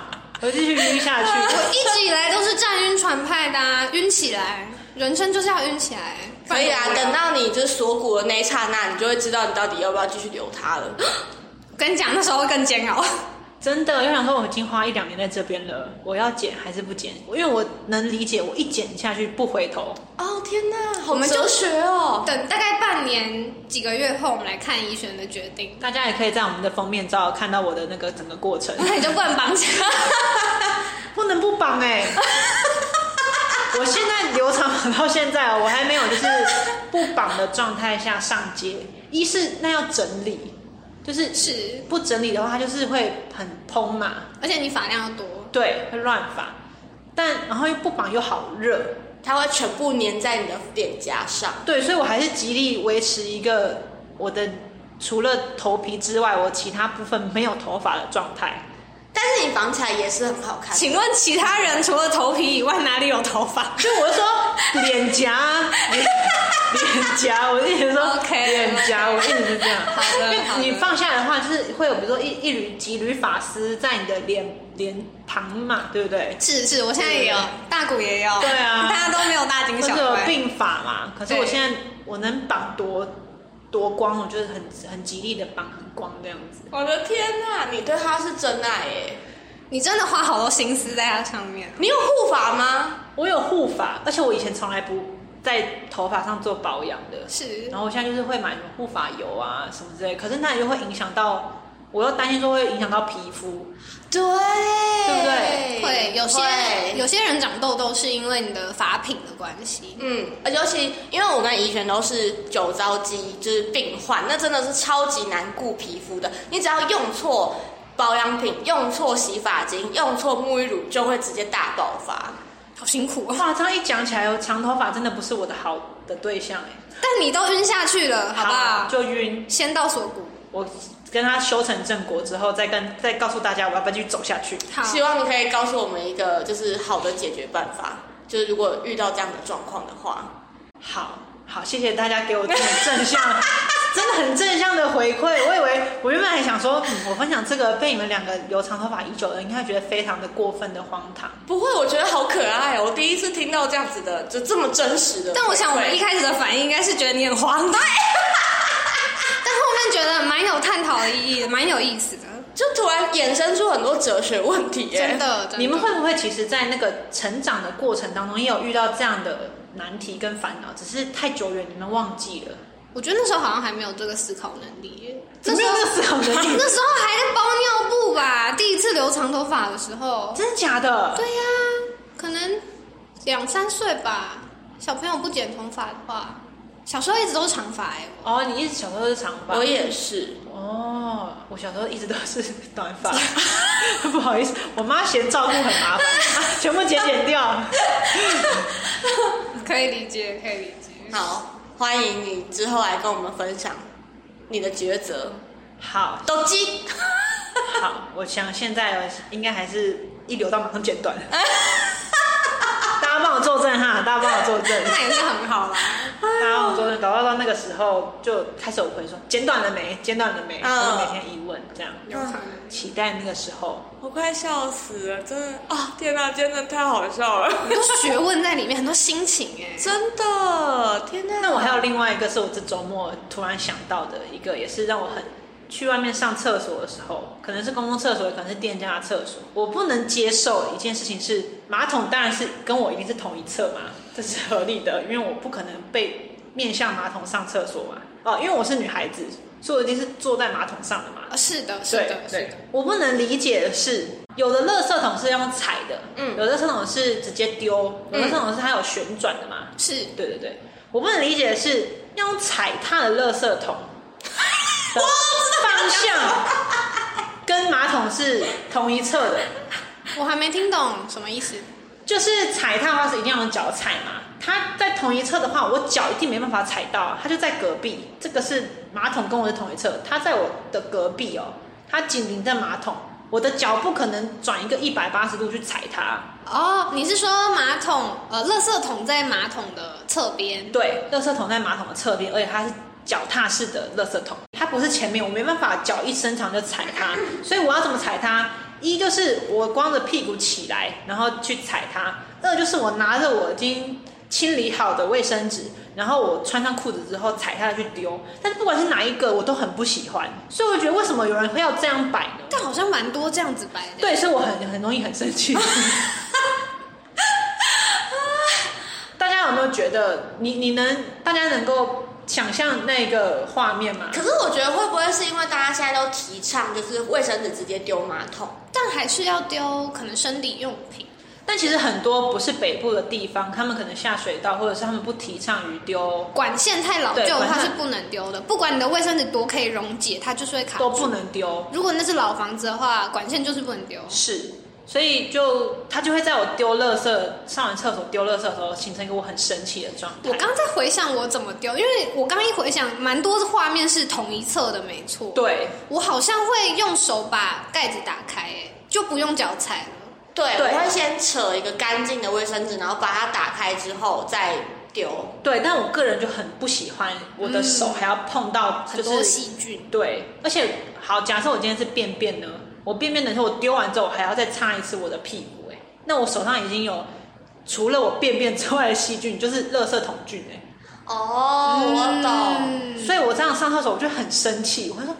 Speaker 1: 我继续晕下去。
Speaker 2: 我一直以来都是站晕船派的、啊，晕起来，人生就是要晕起来。
Speaker 3: 可以啊，等到你就是锁骨的那一刹那，你就会知道你到底要不要继续留它了。
Speaker 2: 我跟你讲，那时候会更煎 熬。
Speaker 1: 真的，就想说我已经花一两年在这边了，我要减还是不减？因为我能理解，我一减下去不回头。
Speaker 3: 哦天哪，好
Speaker 2: 我们就
Speaker 3: 哲学哦！
Speaker 2: 等大概半年几个月后，我们来看医生的决定。
Speaker 1: 大家也可以在我们的封面照看到我的那个整个过 程，
Speaker 2: 那你就不能绑架。
Speaker 1: 不能不绑哎、我现在留长绑到现在哦，我还没有就是不绑的状态下上街。一是那要整理，就是
Speaker 2: 是
Speaker 1: 不整理的话，它就是会很蓬嘛。
Speaker 2: 而且你发量要多，
Speaker 1: 对，会乱发。但然后又不绑又好热，
Speaker 3: 它会全部粘在你的脸颊上。
Speaker 1: 对，所以我还是极力维持一个我的除了头皮之外，我其他部分没有头发的状态。
Speaker 3: 但是你绑起来也是很好看。
Speaker 2: 请问其他人除了头皮以外，哪里有头发？
Speaker 1: 所以我就 说脸颊，脸脸颊，我一直说
Speaker 2: OK，
Speaker 1: 脸颊，我一直是这样。
Speaker 2: 好的
Speaker 1: 因为
Speaker 2: 好的
Speaker 1: 你放下来的话，就是会有比如说一一缕几缕发丝在你的脸脸旁嘛，对不对？
Speaker 2: 是是，我现在也有大骨也有，
Speaker 1: 对啊
Speaker 2: 大家都没有大惊
Speaker 1: 就
Speaker 2: 小
Speaker 1: 是有
Speaker 2: 怪。
Speaker 1: 鬓发嘛。可是
Speaker 2: 对
Speaker 1: 我现在我能绑多多光，我就是很很极力的绑很光这样子。
Speaker 3: 我的天哪，你对它是真爱耶！
Speaker 2: 你真的花好多心思在它上面，
Speaker 3: 你有护发吗？
Speaker 1: 我有护发，而且我以前从来不在头发上做保养的，
Speaker 2: 是
Speaker 1: 然后我现在就是会买什么护发油啊什么之类，可是那又会影响到，我又担心说会影响到皮肤，
Speaker 3: 对，
Speaker 1: 对
Speaker 3: 对
Speaker 2: 会有些有些人长痘痘是因为你的发品的关系，
Speaker 3: 嗯，而尤其因为我跟怡璇都是酒糟肌，就是病患，那真的是超级难顾皮肤的。你只要用错保养品、用错洗发精、用错沐浴乳，就会直接大爆发。
Speaker 2: 好辛苦啊！
Speaker 1: 哇，这样一讲起来，我长头发真的不是我的好的对象哎、
Speaker 2: 但你都晕下去了，好不好？
Speaker 1: 就晕，
Speaker 2: 先到锁骨，
Speaker 1: 我跟他修成正果之后，再跟再告诉大家我要不要继续走下去。
Speaker 2: 好，
Speaker 3: 希望你可以告诉我们一个就是好的解决办法，就是如果遇到这样的状况的话，
Speaker 1: 好好，谢谢大家给我这么正 向，真的很正向的回馈。我以为我原本还想说，嗯，我分享这个被你们两个留长头发已久的，应该会觉得非常的过分的荒唐。
Speaker 3: 不会，我觉得好可爱哦！我第一次听到这样子的，就这么真实的回馈。
Speaker 2: 但我想我们一开始的反应应该是觉得你很荒诞， 但后面觉得蛮有探讨的意义，蛮有意思的，
Speaker 3: 就突然衍生出很多哲学问题耶，
Speaker 2: 真的。真的
Speaker 1: 你们会不会其实，在那个成长的过程当中，也有遇到这样的难题跟烦恼？只是太久远，你们忘记了。
Speaker 2: 我觉得那时候好像还没有这个思考能力耶，
Speaker 1: 怎么
Speaker 2: 时候啊
Speaker 1: 没有这个思考能力
Speaker 2: 那时候还在包尿布吧，第一次留长头发的时候。
Speaker 1: 真的假的？
Speaker 2: 对呀、可能两三岁吧。小朋友不剪头发的话，小时候一直都是长发哎、
Speaker 1: 哦，你一直小时候是长发，
Speaker 3: 我也是。
Speaker 1: 哦，我小时候一直都是短发， 不好意思，我妈嫌照顾很麻烦，啊全部剪剪掉。
Speaker 2: 可以理解，可以理 解。
Speaker 3: 好，欢迎你之后来跟我们分享你的抉择。
Speaker 1: 好
Speaker 3: 斗鸡，
Speaker 1: 好，我想现在应该还是一留到马上剪短。大家帮我作证哈，大家帮我作证，
Speaker 2: 那也是哎很好啦。
Speaker 1: 大家帮我作证，搞到到那个时候就开始有回说剪短了没，剪短了没，
Speaker 3: 嗯
Speaker 1: 然后每天一问这样，
Speaker 2: 有可能
Speaker 1: 期待那个时候。
Speaker 3: 我快笑死了，真的啊、天哪，今天真的太好笑了，
Speaker 2: 很多学问在里面，很多心情哎、
Speaker 3: 真的，天哪！
Speaker 1: 那我还有另外一个是我这周末突然想到的一个，也是让我很去外面上厕所的时候，可能是公共厕所，也可能是店家的厕所，我不能接受一件事情是马桶当然是跟我一定是同一侧嘛，这是合理的，因为我不可能被面向马桶上厕所嘛。哦，因为我是女孩子，所以我一定是坐在马桶上的嘛。
Speaker 2: 啊，是的，是
Speaker 1: 对
Speaker 2: 的，是
Speaker 1: 对
Speaker 2: 的。，
Speaker 1: 我不能理解的是，有的垃圾桶是用踩的，
Speaker 3: 嗯
Speaker 1: 有的垃圾桶是直接丢，有的垃圾
Speaker 3: 嗯
Speaker 1: 桶是它有旋转
Speaker 2: 嗯
Speaker 1: 的嘛，
Speaker 2: 是
Speaker 1: 对对对，我不能理解的是要用踩踏的垃圾桶的方向跟马桶是同一侧的，
Speaker 2: 我还没听懂什么意思。
Speaker 1: 就是踩踏的话是一定要用脚踩嘛。它在同一侧的话，我脚一定没办法踩到啊，它就在隔壁。这个是马桶跟我是同一侧，它在我的隔壁哦，它紧邻着马桶，我的脚不可能转一个一百八十度去踩它。
Speaker 2: 哦，你是说马桶呃，垃圾桶在马桶的侧边？
Speaker 1: 对，垃圾桶在马桶的侧边，而且它是脚踏式的垃圾桶，它不是前面，我没办法脚一伸长就踩它，所以我要怎么踩它？一就是我光着屁股起来，然后去踩它；二就是我拿着我已经清理好的卫生纸，然后我穿上裤子之后踩下去丢。但是不管是哪一个，我都很不喜欢，所以我就觉得为什么有人会要这样摆呢？
Speaker 2: 但好像蛮多这样子摆的。
Speaker 1: 对，所以我很很容易很生气。 大家有没有觉得你你能大家能够想象那个画面吗？
Speaker 5: 可是我觉得会不会是因为大家现在都提倡就是卫生纸直接丢马桶？
Speaker 2: 但还是要丢可能生理用品。
Speaker 1: 但其实很多不是北部的地方，他们可能下水道，或者是他们不提倡于丢，
Speaker 2: 管线太老
Speaker 1: 对
Speaker 2: 旧，
Speaker 1: 管线
Speaker 2: 它是不能丢的。不管你的卫生纸多可以溶解，它就是会卡
Speaker 1: 都
Speaker 2: 住。
Speaker 1: 不能丢。
Speaker 2: 如果那是老房子的话，管线就是不能丢。
Speaker 1: 是，所以就他就会在我丢垃圾、上完厕所丢垃圾的时候，形成一个我很生气的状态。
Speaker 2: 我刚在回想我怎么丢，因为我刚一回想，蛮多的画面是同一侧的，没错。
Speaker 1: 对
Speaker 2: 我好像会用手把盖子打开、哎，就不用脚踩了。
Speaker 5: 对，
Speaker 1: 对
Speaker 5: 我会先扯一个干净的卫生纸，然后把它打开之后再丢。
Speaker 1: 对，但我个人就很不喜欢我的手还要碰到，
Speaker 2: 嗯很
Speaker 1: 就
Speaker 2: 多
Speaker 1: 是、
Speaker 2: 细菌，
Speaker 1: 对，而且好，假设我今天是便便呢，我便便的时候我丢完之后，我还要再擦一次我的屁股、欸，那我手上已经有除了我便便之外的细菌，就是垃圾桶菌、欸，
Speaker 5: 哦，我懂。
Speaker 2: 嗯
Speaker 1: 所以我这样上厕所我就很生气，我就说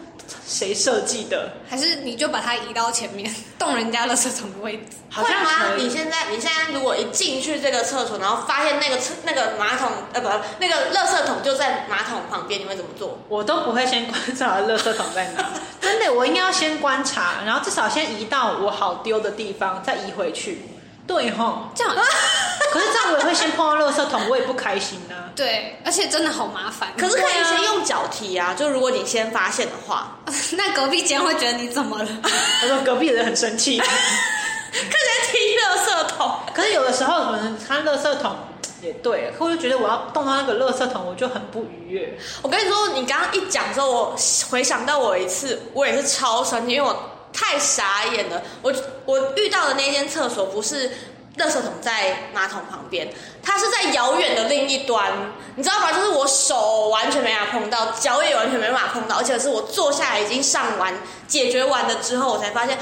Speaker 1: 谁设计的？
Speaker 2: 还是你就把它移到前面， 动人家的厕所的位置。
Speaker 1: 好
Speaker 5: 会
Speaker 1: 像
Speaker 5: 吗？
Speaker 1: 可
Speaker 5: 你
Speaker 1: 以。
Speaker 5: 现在你现在如果一进去这个厕所，然后发现那个厕那个马桶呃不那个垃圾桶就在马桶旁边，你会怎么做？
Speaker 1: 我都不会先观察垃圾桶在哪， 真的，我应该要先观察，然后至少先移到我好丢的地方，再移回去。对吼，
Speaker 2: 这样
Speaker 5: 啊
Speaker 2: 好像
Speaker 1: 可是这样我也会先碰到垃圾桶，我也不开心呐、
Speaker 2: 对，而且真的好麻烦。
Speaker 5: 可是可以先用脚踢啊，就如果你先发现的话，
Speaker 2: 那隔壁间会觉得你怎么了？
Speaker 1: 他说隔壁的人很生气，
Speaker 5: 可以踢垃圾桶。
Speaker 1: 可是有的时候可能他垃圾桶也对，可我就觉得我要动到那个垃圾桶，我就很不愉悦。
Speaker 5: 我跟你说，你刚刚一讲之后，我回想到我一次，我也是超生气，因为我太傻眼了。我我遇到的那间厕所不是垃圾桶在马桶旁边，它是在遥远的另一端，你知道吗？就是我手完全没法碰到，脚也完全没办法碰到，而且是我坐下来已经上完解决完了之后，我才发现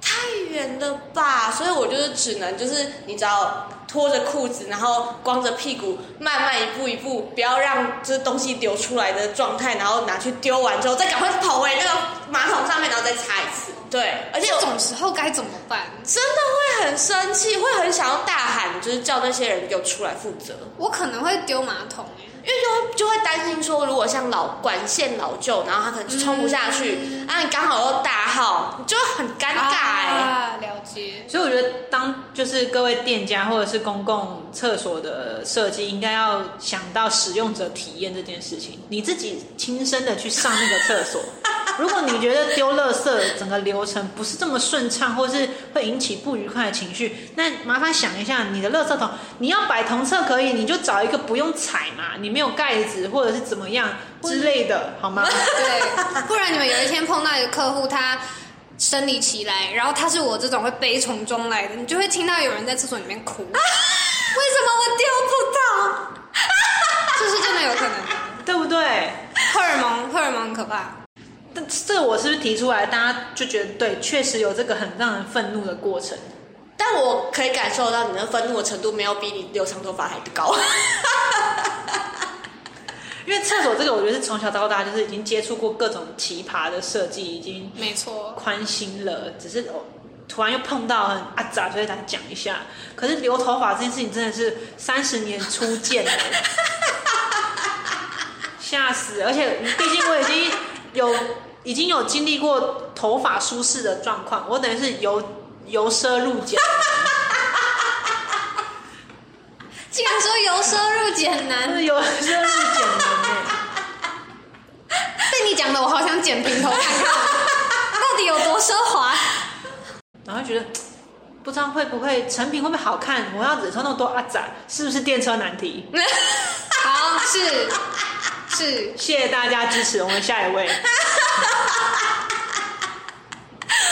Speaker 5: 太远了吧，所以我就是只能就是你知道脱着裤子，然后光着屁股，慢慢一步一步，不要让就是东西流出来的状态，然后拿去丢完之后，再赶快跑回那个马桶上面，然后再擦一次。对，而且
Speaker 2: 这
Speaker 5: 我
Speaker 2: 种时候该怎么办？
Speaker 5: 真的会很生气，会很想要大喊，就是叫那些人给我出来负责。
Speaker 2: 我可能会丢马桶、哎
Speaker 5: 因为就会就会担心说，如果像老管线老旧，然后他可能就冲不下去，啊，你刚好又大号，就会很尴尬哎、
Speaker 2: 啊，了解。
Speaker 1: 所以我觉得，当就是各位店家或者是公共厕所的设计，应该要想到使用者体验这件事情。你自己亲身的去上那个厕所，如果你觉得丢垃圾整个流程不是这么顺畅，或是会引起不愉快的情绪，那麻烦想一下，你的垃圾桶你要摆同厕可以，你就找一个不用踩嘛，你没有盖子或者是怎么样之类的，好吗？
Speaker 2: 对，不然你们有一天碰到一个客户，他生理期来，然后他是我这种会悲从中来的，你就会听到有人在厕所里面 哭，为什么我丢 不到？这是真的有可能的，
Speaker 1: 对不对？
Speaker 2: 荷尔蒙，荷尔蒙很可怕。
Speaker 1: 但这我是不是提出来，大家就觉得对，确实有这个很让人愤怒的过程。
Speaker 5: 但我可以感受到你的愤怒的程度没有比你留长头发还高。
Speaker 1: 因为厕所这个，我觉得是从小到大就是已经接触过各种奇葩的设计，已经
Speaker 2: 没错，
Speaker 1: 宽心了，只是哦，突然又碰到很阿杂，所以才讲一下。可是留头发这件事情真的是三十年初见的，吓死！而且毕竟我已经有已经有经历过头发舒适的状况，我等于是由由奢入俭。
Speaker 2: 竟然说由奢入俭
Speaker 1: 但
Speaker 2: 难，
Speaker 1: 是有人真的是剪人哎、
Speaker 2: 被你讲的我好想剪平头看 看，到底有多奢 华？
Speaker 1: 然后觉得不知道会不会成品会不会好看，我要忍受那么多阿展，是不是电车难题？
Speaker 2: 好，是是，
Speaker 1: 谢谢大家支持，我们下一位。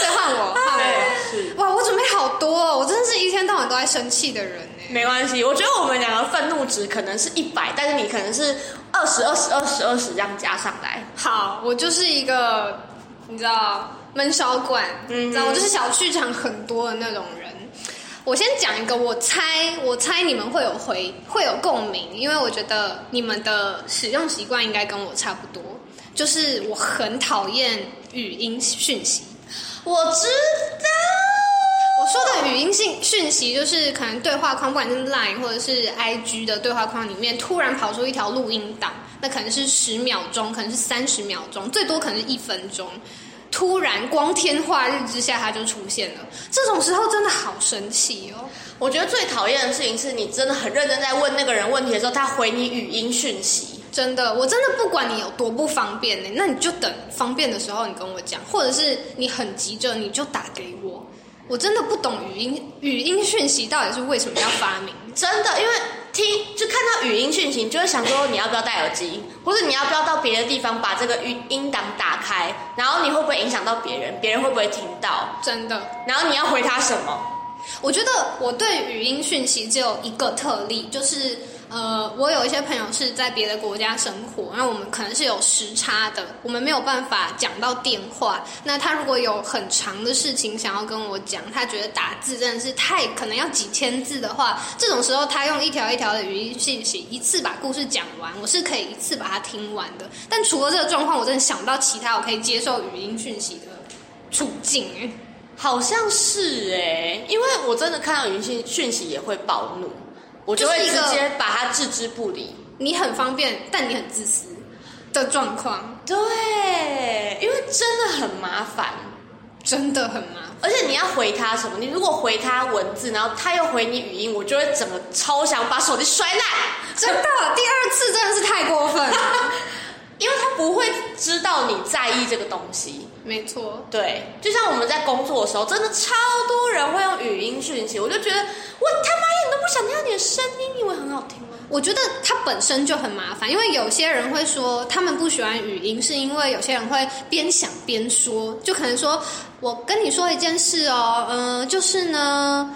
Speaker 2: 再换我，换我。
Speaker 1: 对，是
Speaker 2: 哇，我准备好多、哦，我真的是一天到晚都在生气的人欸呢。
Speaker 5: 没关系，我觉得我们两个愤怒值可能是一百，但是你可能是二十二十二十二十这样加上来。
Speaker 2: 好，我就是一个，
Speaker 1: 嗯
Speaker 2: 你知道闷烧罐，你知道我就是小剧场很多的那种人。我先讲一个，我猜我猜你们会有回会有共鸣，因为我觉得你们的使用习惯应该跟我差不多，就是我很讨厌语音讯息。
Speaker 5: 我知
Speaker 2: 我说的语音信讯息就是可能对话框，不管是 Line 或者是 IG 的对话框里面，突然跑出一条录音档，那可能是十秒钟，可能是三十秒钟，最多可能是一分钟。突然光天化日之下，它就出现了。这种时候真的好生气哦！
Speaker 5: 我觉得最讨厌的事情是你真的很认真在问那个人问题的时候，他回你语音讯息。
Speaker 2: 真的，我真的不管你有多不方便呢、那你就等方便的时候你跟我讲，或者是你很急着你就打给我。我真的不懂语音语音讯息到底是为什么要发明。
Speaker 5: 真的，因为听就看到语音讯息，你就会想说你要不要戴耳机，或者你要不要到别的地方把这个语音档打开，然后你会不会影响到别人，别人会不会听到，
Speaker 2: 真的，
Speaker 5: 然后你要回他什么？
Speaker 2: 我觉得我对语音讯息只有一个特例，就是呃，我有一些朋友是在别的国家生活，那我们可能是有时差的，我们没有办法讲到电话。那他如果有很长的事情想要跟我讲，他觉得打字真的是太可能要几千字的话，这种时候他用一条一条的语音讯息一次把故事讲完，我是可以一次把它听完的。但除了这个状况，我真的想不到其他我可以接受语音讯息的处境、 哎
Speaker 5: 好像是哎、因为我真的看到语音讯讯息也会暴怒，我就会
Speaker 2: 就是一
Speaker 5: 直
Speaker 2: 个
Speaker 5: 接把他置之不理。
Speaker 2: 你很方便，但你很自私的状况，
Speaker 5: 对，因为真的很麻烦。
Speaker 2: 真的很麻烦。
Speaker 5: 而且你要回他什么？你如果回他文字，然后他又回你语音，我就会整个超想把手机摔烂，
Speaker 2: 真的，第二次真的是太过分了。
Speaker 5: 因为他不会知道你在意这个东西。
Speaker 2: 没错，
Speaker 5: 对，就像我们在工作的时候，真的超多人会用语音讯息，我就觉得我他妈一点都不想听到你的声音，你以为很好听吗？
Speaker 2: 我觉得它本身就很麻烦，因为有些人会说他们不喜欢语音，是因为有些人会边想边说，就可能说我跟你说一件事哦，嗯、就是呢。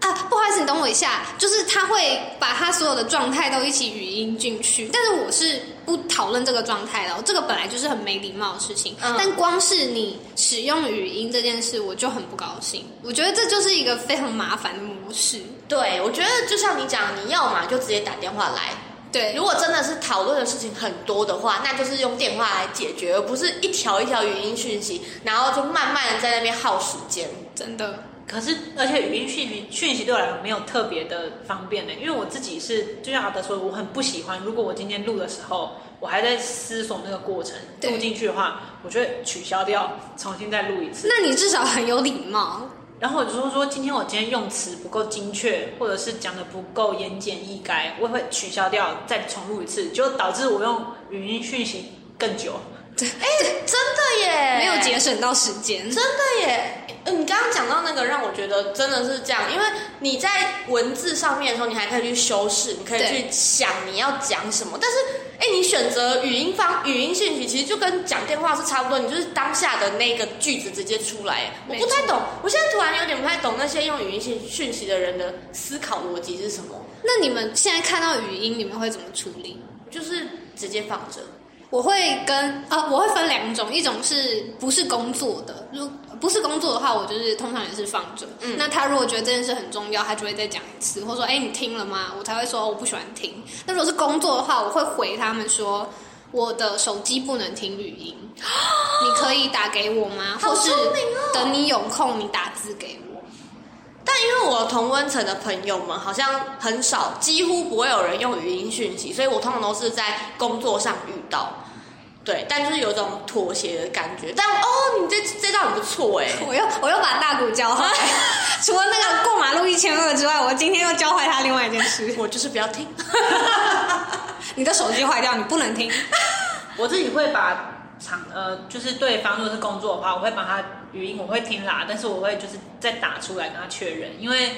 Speaker 2: 啊，不好意思，你等我一下。就是他会把他所有的状态都一起语音进去，但是我是不讨论这个状态的，这个本来就是很没礼貌的事情。
Speaker 5: 嗯
Speaker 2: 但光是你使用语音这件事，我就很不高兴。我觉得这就是一个非常麻烦的模式。
Speaker 5: 对，我觉得就像你讲，你要嘛就直接打电话来，
Speaker 2: 对
Speaker 5: 如，果真的是讨论的事情很多的话，那就是用电话来解决，而不是一条一条语音讯息，然后就慢慢的在那边耗时间。
Speaker 2: 真的，
Speaker 1: 可是，而且语音讯息讯息对我来讲没有特别的方便呢、因为我自己是就像阿德说，我很不喜欢。如果我今天录的时候，我还在思索那个过程，
Speaker 2: 对
Speaker 1: 录进去的话，我就会取消掉，重新再录一次。
Speaker 2: 那你至少很有礼貌。
Speaker 1: 然后我就说说，今天我今天用词不够精确，或者是讲的不够言简意赅，我也会取消掉，再重录一次，就导致我用语音讯息更久。
Speaker 5: 真的耶，
Speaker 2: 没有节省到时间。
Speaker 5: 真的耶。呃你刚刚讲到那个，让我觉得真的是这样，因为你在文字上面的时候，你还可以去修饰，你可以
Speaker 2: 对
Speaker 5: 去想你要讲什么。但是，哎，你选择语音方语音讯息，其实就跟讲电话是差不多，你就是当下的那个句子直接出来。我
Speaker 2: 没
Speaker 5: 不太懂，我现在突然有点不太懂那些用语音讯讯息的人的思考逻辑是什么，
Speaker 2: 那你们现在看到语音，你们会怎么处理？
Speaker 5: 就是直接放着。
Speaker 2: 我会跟啊，我会分两种，一种是不是工作的，如不是工作的话，我就是通常也是放着。
Speaker 5: 嗯
Speaker 2: 那他如果觉得这件事很重要，他就会再讲一次，或者说，哎、你听了吗？我才会说哦我不喜欢听。那如果是工作的话，我会回他们说，我的手机不能听语音，你可以打给我吗？
Speaker 5: 好
Speaker 2: 或是
Speaker 5: 聪明哦
Speaker 2: 等你有空你打字给我。
Speaker 5: 但因为我同温层的朋友们好像很少，几乎不会有人用语音讯息，所以我通常都是在工作上遇到。对，但就是有一种妥协的感觉。但哦，你这这招很不错哎、
Speaker 2: 我又我又把大鼓教 坏，除了那个过马路一千二之外，我今天又教坏他另外一件事。
Speaker 5: 我就是不要听。
Speaker 2: 你的手机坏掉，你不能听。
Speaker 1: 我自己会把场呃，就是对方如果是工作的话，我会把他语音我会听啦，但是我会就是再打出来跟他确认，因为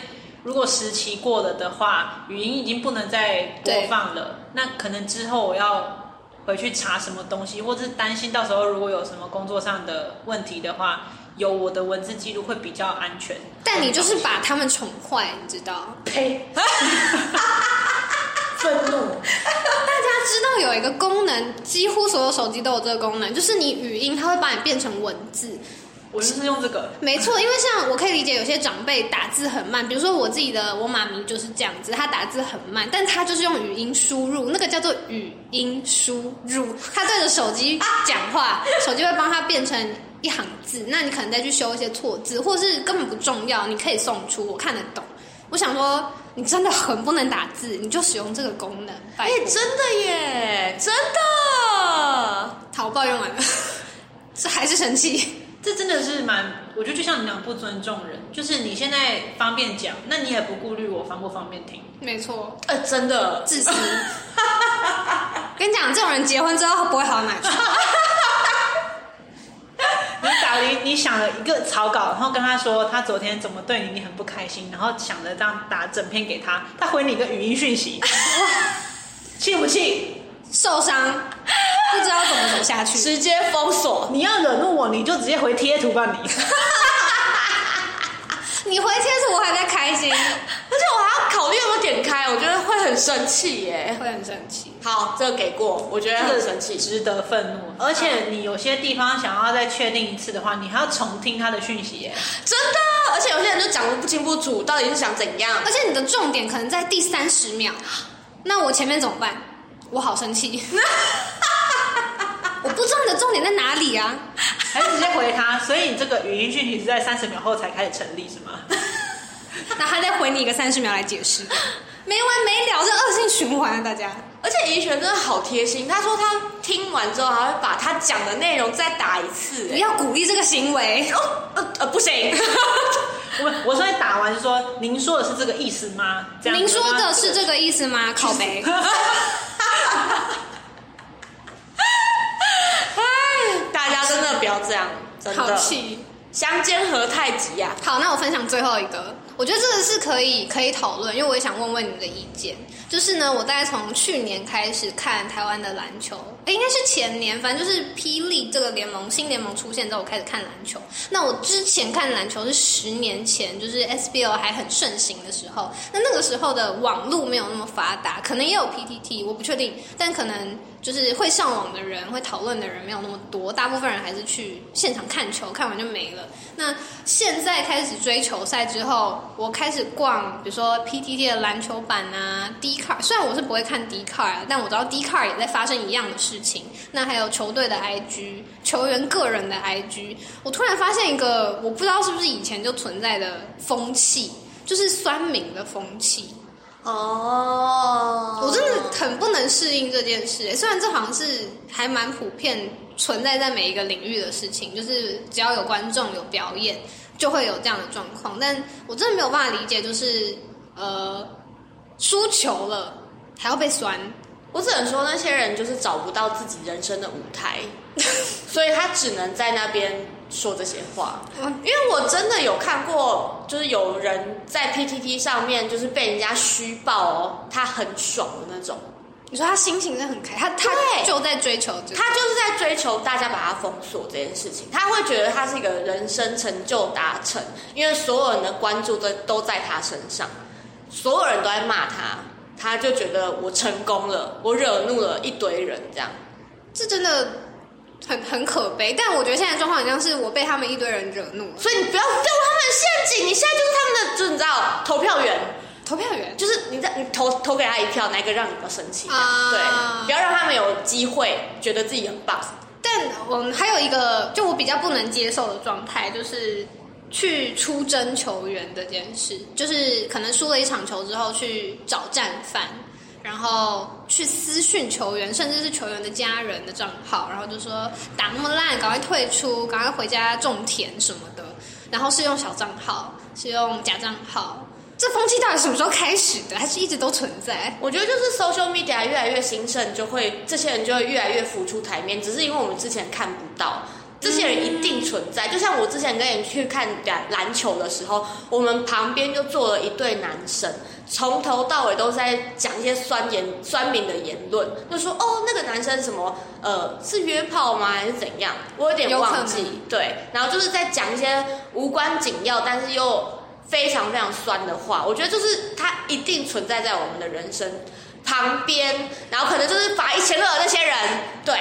Speaker 1: 如果时期过了的话，语音已经不能再播放了，那可能之后我要回去查什么东西，或者是担心到时候如果有什么工作上的问题的话，有我的文字记录会比较安全。
Speaker 2: 但你就是把他们宠坏，你知道？
Speaker 1: 呸！ 愤怒。
Speaker 2: 大家知道有一个功能，几乎所有手机都有这个功能，就是你语音它会把你变成文字。
Speaker 1: 我就是用这个，
Speaker 2: 没错，因为像我可以理解有些长辈打字很慢，比如说我自己的我妈咪就是这样子，她打字很慢，但她就是用语音输入，那个叫做语音输入，她对着手机讲话，手机会帮她变成一行字，那你可能再去修一些错字，或是根本不重要，你可以送出，我看得懂。我想说，你真的很不能打字，你就使用这个功能。哎
Speaker 5: 哎、真的耶，真的，
Speaker 2: 好，我抱怨完了，这还是生气。
Speaker 1: 这真的是蛮，我觉得就像你讲不尊重人，就是你现在方便讲，那你也不顾虑我方不方便听。
Speaker 2: 没错，
Speaker 5: 呃，真的，
Speaker 2: 自私。 跟你讲，这种人结婚之后不会好到哪去。
Speaker 1: 你打了一你想了一个草稿，然后跟他说他昨天怎么对你，你很不开心，然后想着这样打整篇给他，他回你一个语音讯息， 气不气？
Speaker 2: 受伤，不知道怎么走下去。
Speaker 5: 直接封锁，
Speaker 1: 你要惹怒我，你就直接回贴图吧你。
Speaker 2: 你回贴图我还在开心，
Speaker 5: 而且我还要考虑有没有点开，我觉得会很生气耶。
Speaker 2: 会很生气。
Speaker 5: 好，这个给过，我觉得
Speaker 1: 这
Speaker 5: 很
Speaker 1: 个
Speaker 5: 生气。
Speaker 1: 值得愤怒。而且你有些地方想要再确定一次的话，你还要重听他的讯息耶。
Speaker 5: 真的，而且有些人就讲的不清不楚，到底是想怎样？
Speaker 2: 而且你的重点可能在第三十秒，那我前面怎么办？我好生气。 我不知道你的重点在哪里啊！
Speaker 1: 还是直接回他，所以你这个语音讯息是在三十秒后才开始成立是吗？
Speaker 2: 那他再回你一个三十秒来解释，没完没了，这恶性循环啊！大家，
Speaker 5: 而且怡璇真的好贴心，她说她听完之后还会把她讲的内容再打一次
Speaker 2: 不
Speaker 5: 耶。
Speaker 2: 要鼓励这个行为。
Speaker 5: 哦，呃呃，不行，
Speaker 1: 我我是会打完就说，您说的是这个意思吗？这样
Speaker 2: 您说的是
Speaker 1: 这
Speaker 2: 这个意思吗？靠北。
Speaker 5: 大家真的不要这样，真
Speaker 2: 好
Speaker 5: 的。
Speaker 2: 气。
Speaker 5: 相煎何太急啊呀、
Speaker 2: 好，那我分享最后一个，我觉得这个是可以可以讨论，因为我也想问问你们的意见。就是呢，我大概从去年开始看台湾的篮球，诶应该是前年，反正就是霹雳这个联盟新联盟出现之后，我开始看篮球。那我之前看篮球是十年前，就是 SBL 还很盛行的时候，那那个时候的网络没有那么发达，可能也有 PTT，我不确定，但可能就是会上网的人、会讨论的人没有那么多，大部分人还是去现场看球，看完就没了。那现在开始追球赛之后，我开始逛，比如说 PTT 的篮球版啊，D car，虽然我是不会看 D car，啊但我知道 D car 也在发生一样的事情。那还有球队的 IG，球员个人的 IG，我突然发现一个我不知道是不是以前就存在的风气，就是酸民的风气。
Speaker 5: 哦
Speaker 2: 我真的很不能适应这件事、欸虽然这好像是还蛮普遍存在在每一个领域的事情，就是只要有观众有表演，就会有这样的状况。但我真的没有办法理解，就是呃，输球了还要被酸，
Speaker 5: 我只能说那些人就是找不到自己人生的舞 台，所以他只能在那边说这些话。
Speaker 2: 哦
Speaker 5: 因为我真的有看过，就是有人在 PTT 上面就是被人家虚报哦，他很爽的那种，
Speaker 2: 你说他心情是很开，他他
Speaker 5: 对
Speaker 2: 就在追求这个，
Speaker 5: 他就是在追求大家把他封锁这件事情，他会觉得他是一个人生成就达成，因为所有人的关注都都在他身上，所有人都在骂他，他就觉得我成功了，我惹怒了一堆人这样。
Speaker 2: 这真的很很可悲。但我觉得现在的状况好像是我被他们一堆人惹怒了，
Speaker 5: 所以你不要掉入他们的陷阱，你现在就是他们的，就是你知道投票员，
Speaker 2: 投票员
Speaker 5: 就是你在你投投给他一票，哪一个让你比较生气？
Speaker 2: 啊
Speaker 5: 对，不要让他们有机会觉得自己很棒。
Speaker 2: 但嗯，还有一个就我比较不能接受的状态，就是去出征球员这件事，就是可能输了一场球之后去找战犯，然后去私讯球员，甚至是球员的家人的账号，然后就说打那么烂，赶快退出，赶快回家种田什么的，然后是用小账号，是用假账号。这风气到底什么时候开始的？还是一直都存在？
Speaker 5: 我觉得就是 social media 越来越兴盛，就会这些人就会越来越浮出台面，只是因为我们之前看不到。这些人一定存在，就像我之前跟你去看篮篮球的时候，我们旁边就坐了一对男生，从头到尾都在讲一些酸言酸民的言论，就说哦那个男生什么呃是约炮吗还是怎样，我有点
Speaker 2: 有可
Speaker 5: 忘记
Speaker 2: 能
Speaker 5: 对，然后就是在讲一些无关紧要，但是又非常非常酸的话。我觉得就是它一定存在在我们的人生旁边，然后可能就是罚一千二那些人，对，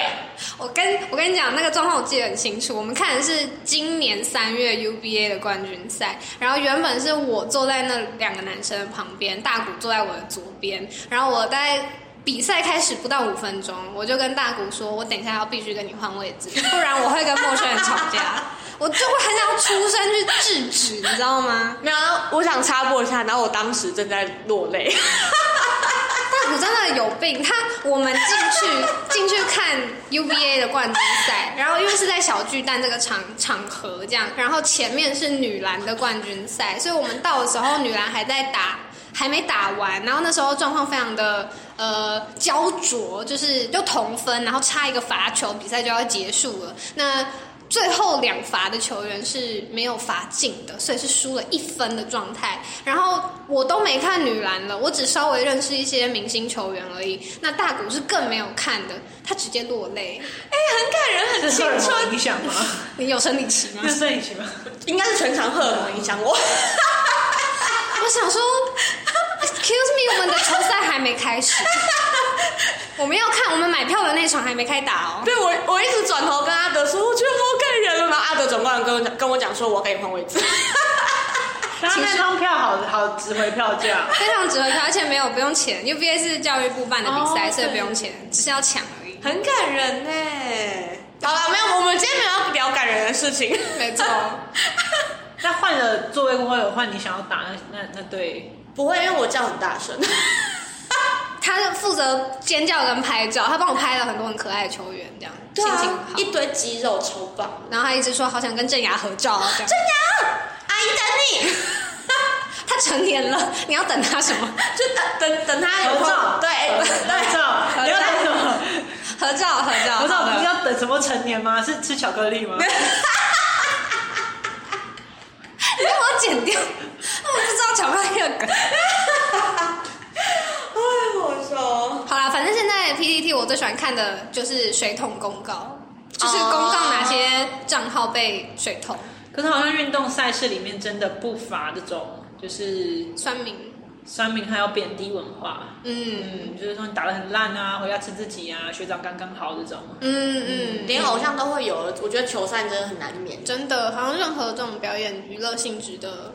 Speaker 2: 我跟我跟你讲，那个状况我记得很清楚。我们看的是今年三月 UBA 的冠军赛，然后原本是我坐在那两个男生的旁边，大谷坐在我的左边，然后我在。比赛开始不到五分钟，我就跟大谷说：“我等一下要必须跟你换位置，不然我会跟陌生人吵架。” 我就会很想要出声去制止，你知道吗？
Speaker 5: 没有，我想插播一下，然后我当时正在落泪。
Speaker 2: 大谷真的有病，他我们进去 进去看 UBA 的冠军赛，然后因为是在小巨蛋这个场场合这样，然后前面是女篮的冠军赛，所以我们到的时候女篮还在打。还没打完，然后那时候状况非常的呃焦灼，就是就同分，然后差一个罚球，比赛就要结束了。那最后两罚的球员是没有罚进的，所以是输了一分的状态。然后我都没看女篮了，我只稍微认识一些明星球员而已。那大谷是更没有看的，他直接落泪。
Speaker 5: 哎、很感人，很
Speaker 1: 是
Speaker 5: 青
Speaker 1: 受
Speaker 2: 啊
Speaker 1: 什
Speaker 5: 春，
Speaker 1: 么影响吗？
Speaker 2: 你有生理期吗
Speaker 1: 那？生理期吗？
Speaker 5: 应该是全场荷尔蒙影响我。
Speaker 2: 我想说啊，Excuse me，我们的球赛还没开始，我们要看我们买票的那场还没开打哦。
Speaker 5: 对我，我一直转头跟阿德说，我觉得好感人哦。然后阿德转过来跟我讲，跟我讲说，我要跟你换位置。
Speaker 1: 他那张票好好值回票价。
Speaker 2: 非常值得看，而且没有不用钱，UVA 是教育部办的比赛，
Speaker 5: 哦
Speaker 2: 所以
Speaker 5: 对
Speaker 2: 不用钱，只是要抢而已。
Speaker 5: 很感人呢、好了，没有，我们今天没有要聊感人的事情。
Speaker 2: 没错，
Speaker 1: 那换了座位过后，有换你想要打那那那对
Speaker 5: 不会，因为我叫很大声。
Speaker 2: 他是负责尖叫跟拍照，他帮我拍了很多很可爱的球员，这样
Speaker 1: 啊
Speaker 2: 心情好。
Speaker 5: 一堆肌肉超棒。
Speaker 2: 然后他一直说好想跟郑雅合照，这样
Speaker 5: 正阳，阿姨等你，
Speaker 2: 他成年了，你要等他什么？
Speaker 5: 就等等等他有
Speaker 1: 合
Speaker 5: 空
Speaker 1: 照，
Speaker 5: 对
Speaker 1: 合
Speaker 5: 对，
Speaker 1: 照，你要等什么？
Speaker 2: 合照，合照，
Speaker 1: 合照
Speaker 2: 好
Speaker 1: 不
Speaker 2: 的
Speaker 1: 是要等什么成年吗？是吃巧克力吗？
Speaker 2: 你要把我剪掉， 我不知道巧克力的梗。
Speaker 5: 哎，我说，
Speaker 2: 好啦，反正现在 PPT 我最喜欢看的就是水桶公告，就是公告哪些账号被水桶
Speaker 1: 可是好像运动赛事里面真的不乏这种，就是
Speaker 2: 酸民。
Speaker 1: 酸民还有贬低文化，
Speaker 2: 嗯
Speaker 1: 嗯，就是说你打的很烂啊，回家吃自己啊，学长刚刚好这种。
Speaker 2: 嗯嗯，
Speaker 5: 连偶像都会有，我觉得球赛真的很难免，
Speaker 2: 真的，好像任何这种表演娱乐性质的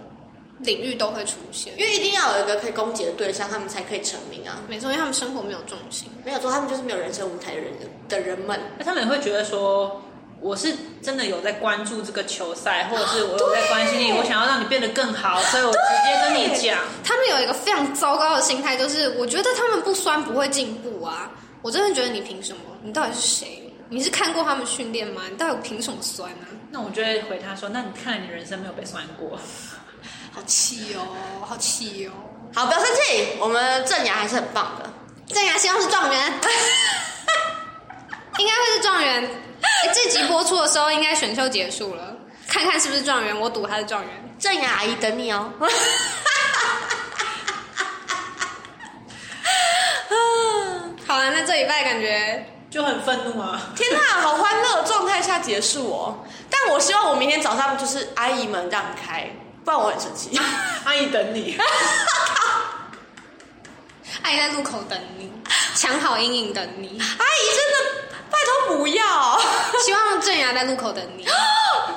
Speaker 2: 领域都会出现。
Speaker 5: 因为一定要有一个可以攻击的对象，他们才可以成名啊。
Speaker 2: 没错，因为他们生活没有重心。
Speaker 5: 没有错，他们就是没有人生舞台的人的人们。
Speaker 1: 那他们也会觉得说，我是真的有在关注这个球赛，或者是我有在关心你，我想要让你变得更好，所以我直接跟你讲。
Speaker 2: 他们有一个非常糟糕的心态，就是我觉得他们不酸不会进步啊！我真的觉得你凭什么？你到底是谁？你是看过他们训练吗？你到底凭什么酸啊？
Speaker 1: 那我就会回他说，那你看来你人生没有被酸过。
Speaker 2: 好气哦，好气哦！
Speaker 5: 好，不要生气，我们正雅还是很棒的。
Speaker 2: 郑雅希望是状元，应该会是状元。诶哎这集播出的时候，应该选秀结束了，看看是不是状元，我赌他是状元。
Speaker 5: 正雅阿姨等你哦。
Speaker 2: 好啦，那这礼拜感觉
Speaker 1: 就很愤怒啊！
Speaker 5: 天呐，好欢乐的状态下结束哦！但我希望我明天早上就是阿姨们让开，不然我很生 气。
Speaker 1: 阿姨等你，
Speaker 2: 爱在路口等你，抢好阴影等你，
Speaker 5: 阿姨真的，拜托不要！
Speaker 2: 希望郑雅在路口等你。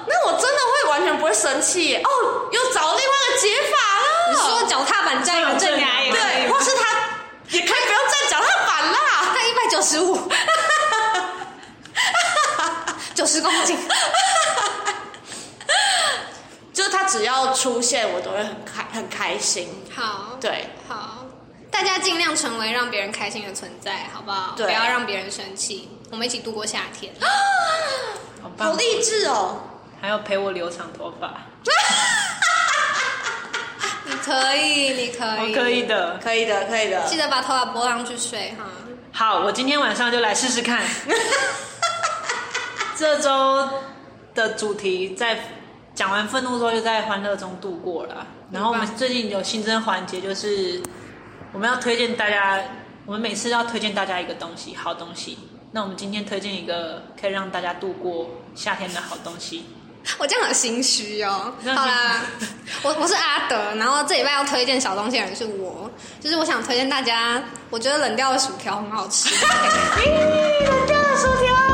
Speaker 5: 那我真的会完全不会生气耶哦，又找另外一个解法了。
Speaker 2: 你说脚踏板站一个郑雅也可以
Speaker 5: 对，
Speaker 2: 吗
Speaker 5: 或？是他也可以不用站脚踏板啦。
Speaker 2: 他一百九十五，九十公斤，
Speaker 5: 就是他只要出现，我都会很开很开心。
Speaker 2: 好，
Speaker 5: 对，
Speaker 2: 好，大家尽量成为让别人开心的存在，好不好？
Speaker 5: 对
Speaker 2: 不要让别人生气，我们一起度过夏 天。
Speaker 1: 好棒！
Speaker 5: 好励志哦！
Speaker 1: 还要陪我留长头发，
Speaker 2: 你可以，你可
Speaker 1: 我
Speaker 2: 以，
Speaker 1: 可以。的。
Speaker 5: 可以的，可以的
Speaker 2: 记。得把头发拨上去睡哈。
Speaker 1: 好，我今天晚上就来试试看。这周的主题在讲完愤怒之后，就在欢乐中度过了。然后我们最近有新增环节，就是我们要推荐大家，我们每次要推荐大家一个东西，好东西。那我们今天推荐一个可以让大家度过夏天的好东西，
Speaker 2: 我这样很心虚哦。好啦，我我是阿德，然后这礼拜要推荐小东西的人是我，就是我想 推荐大家，我觉得冷掉的薯条很好吃。
Speaker 3: 咦，冷掉的薯条。
Speaker 2: 哦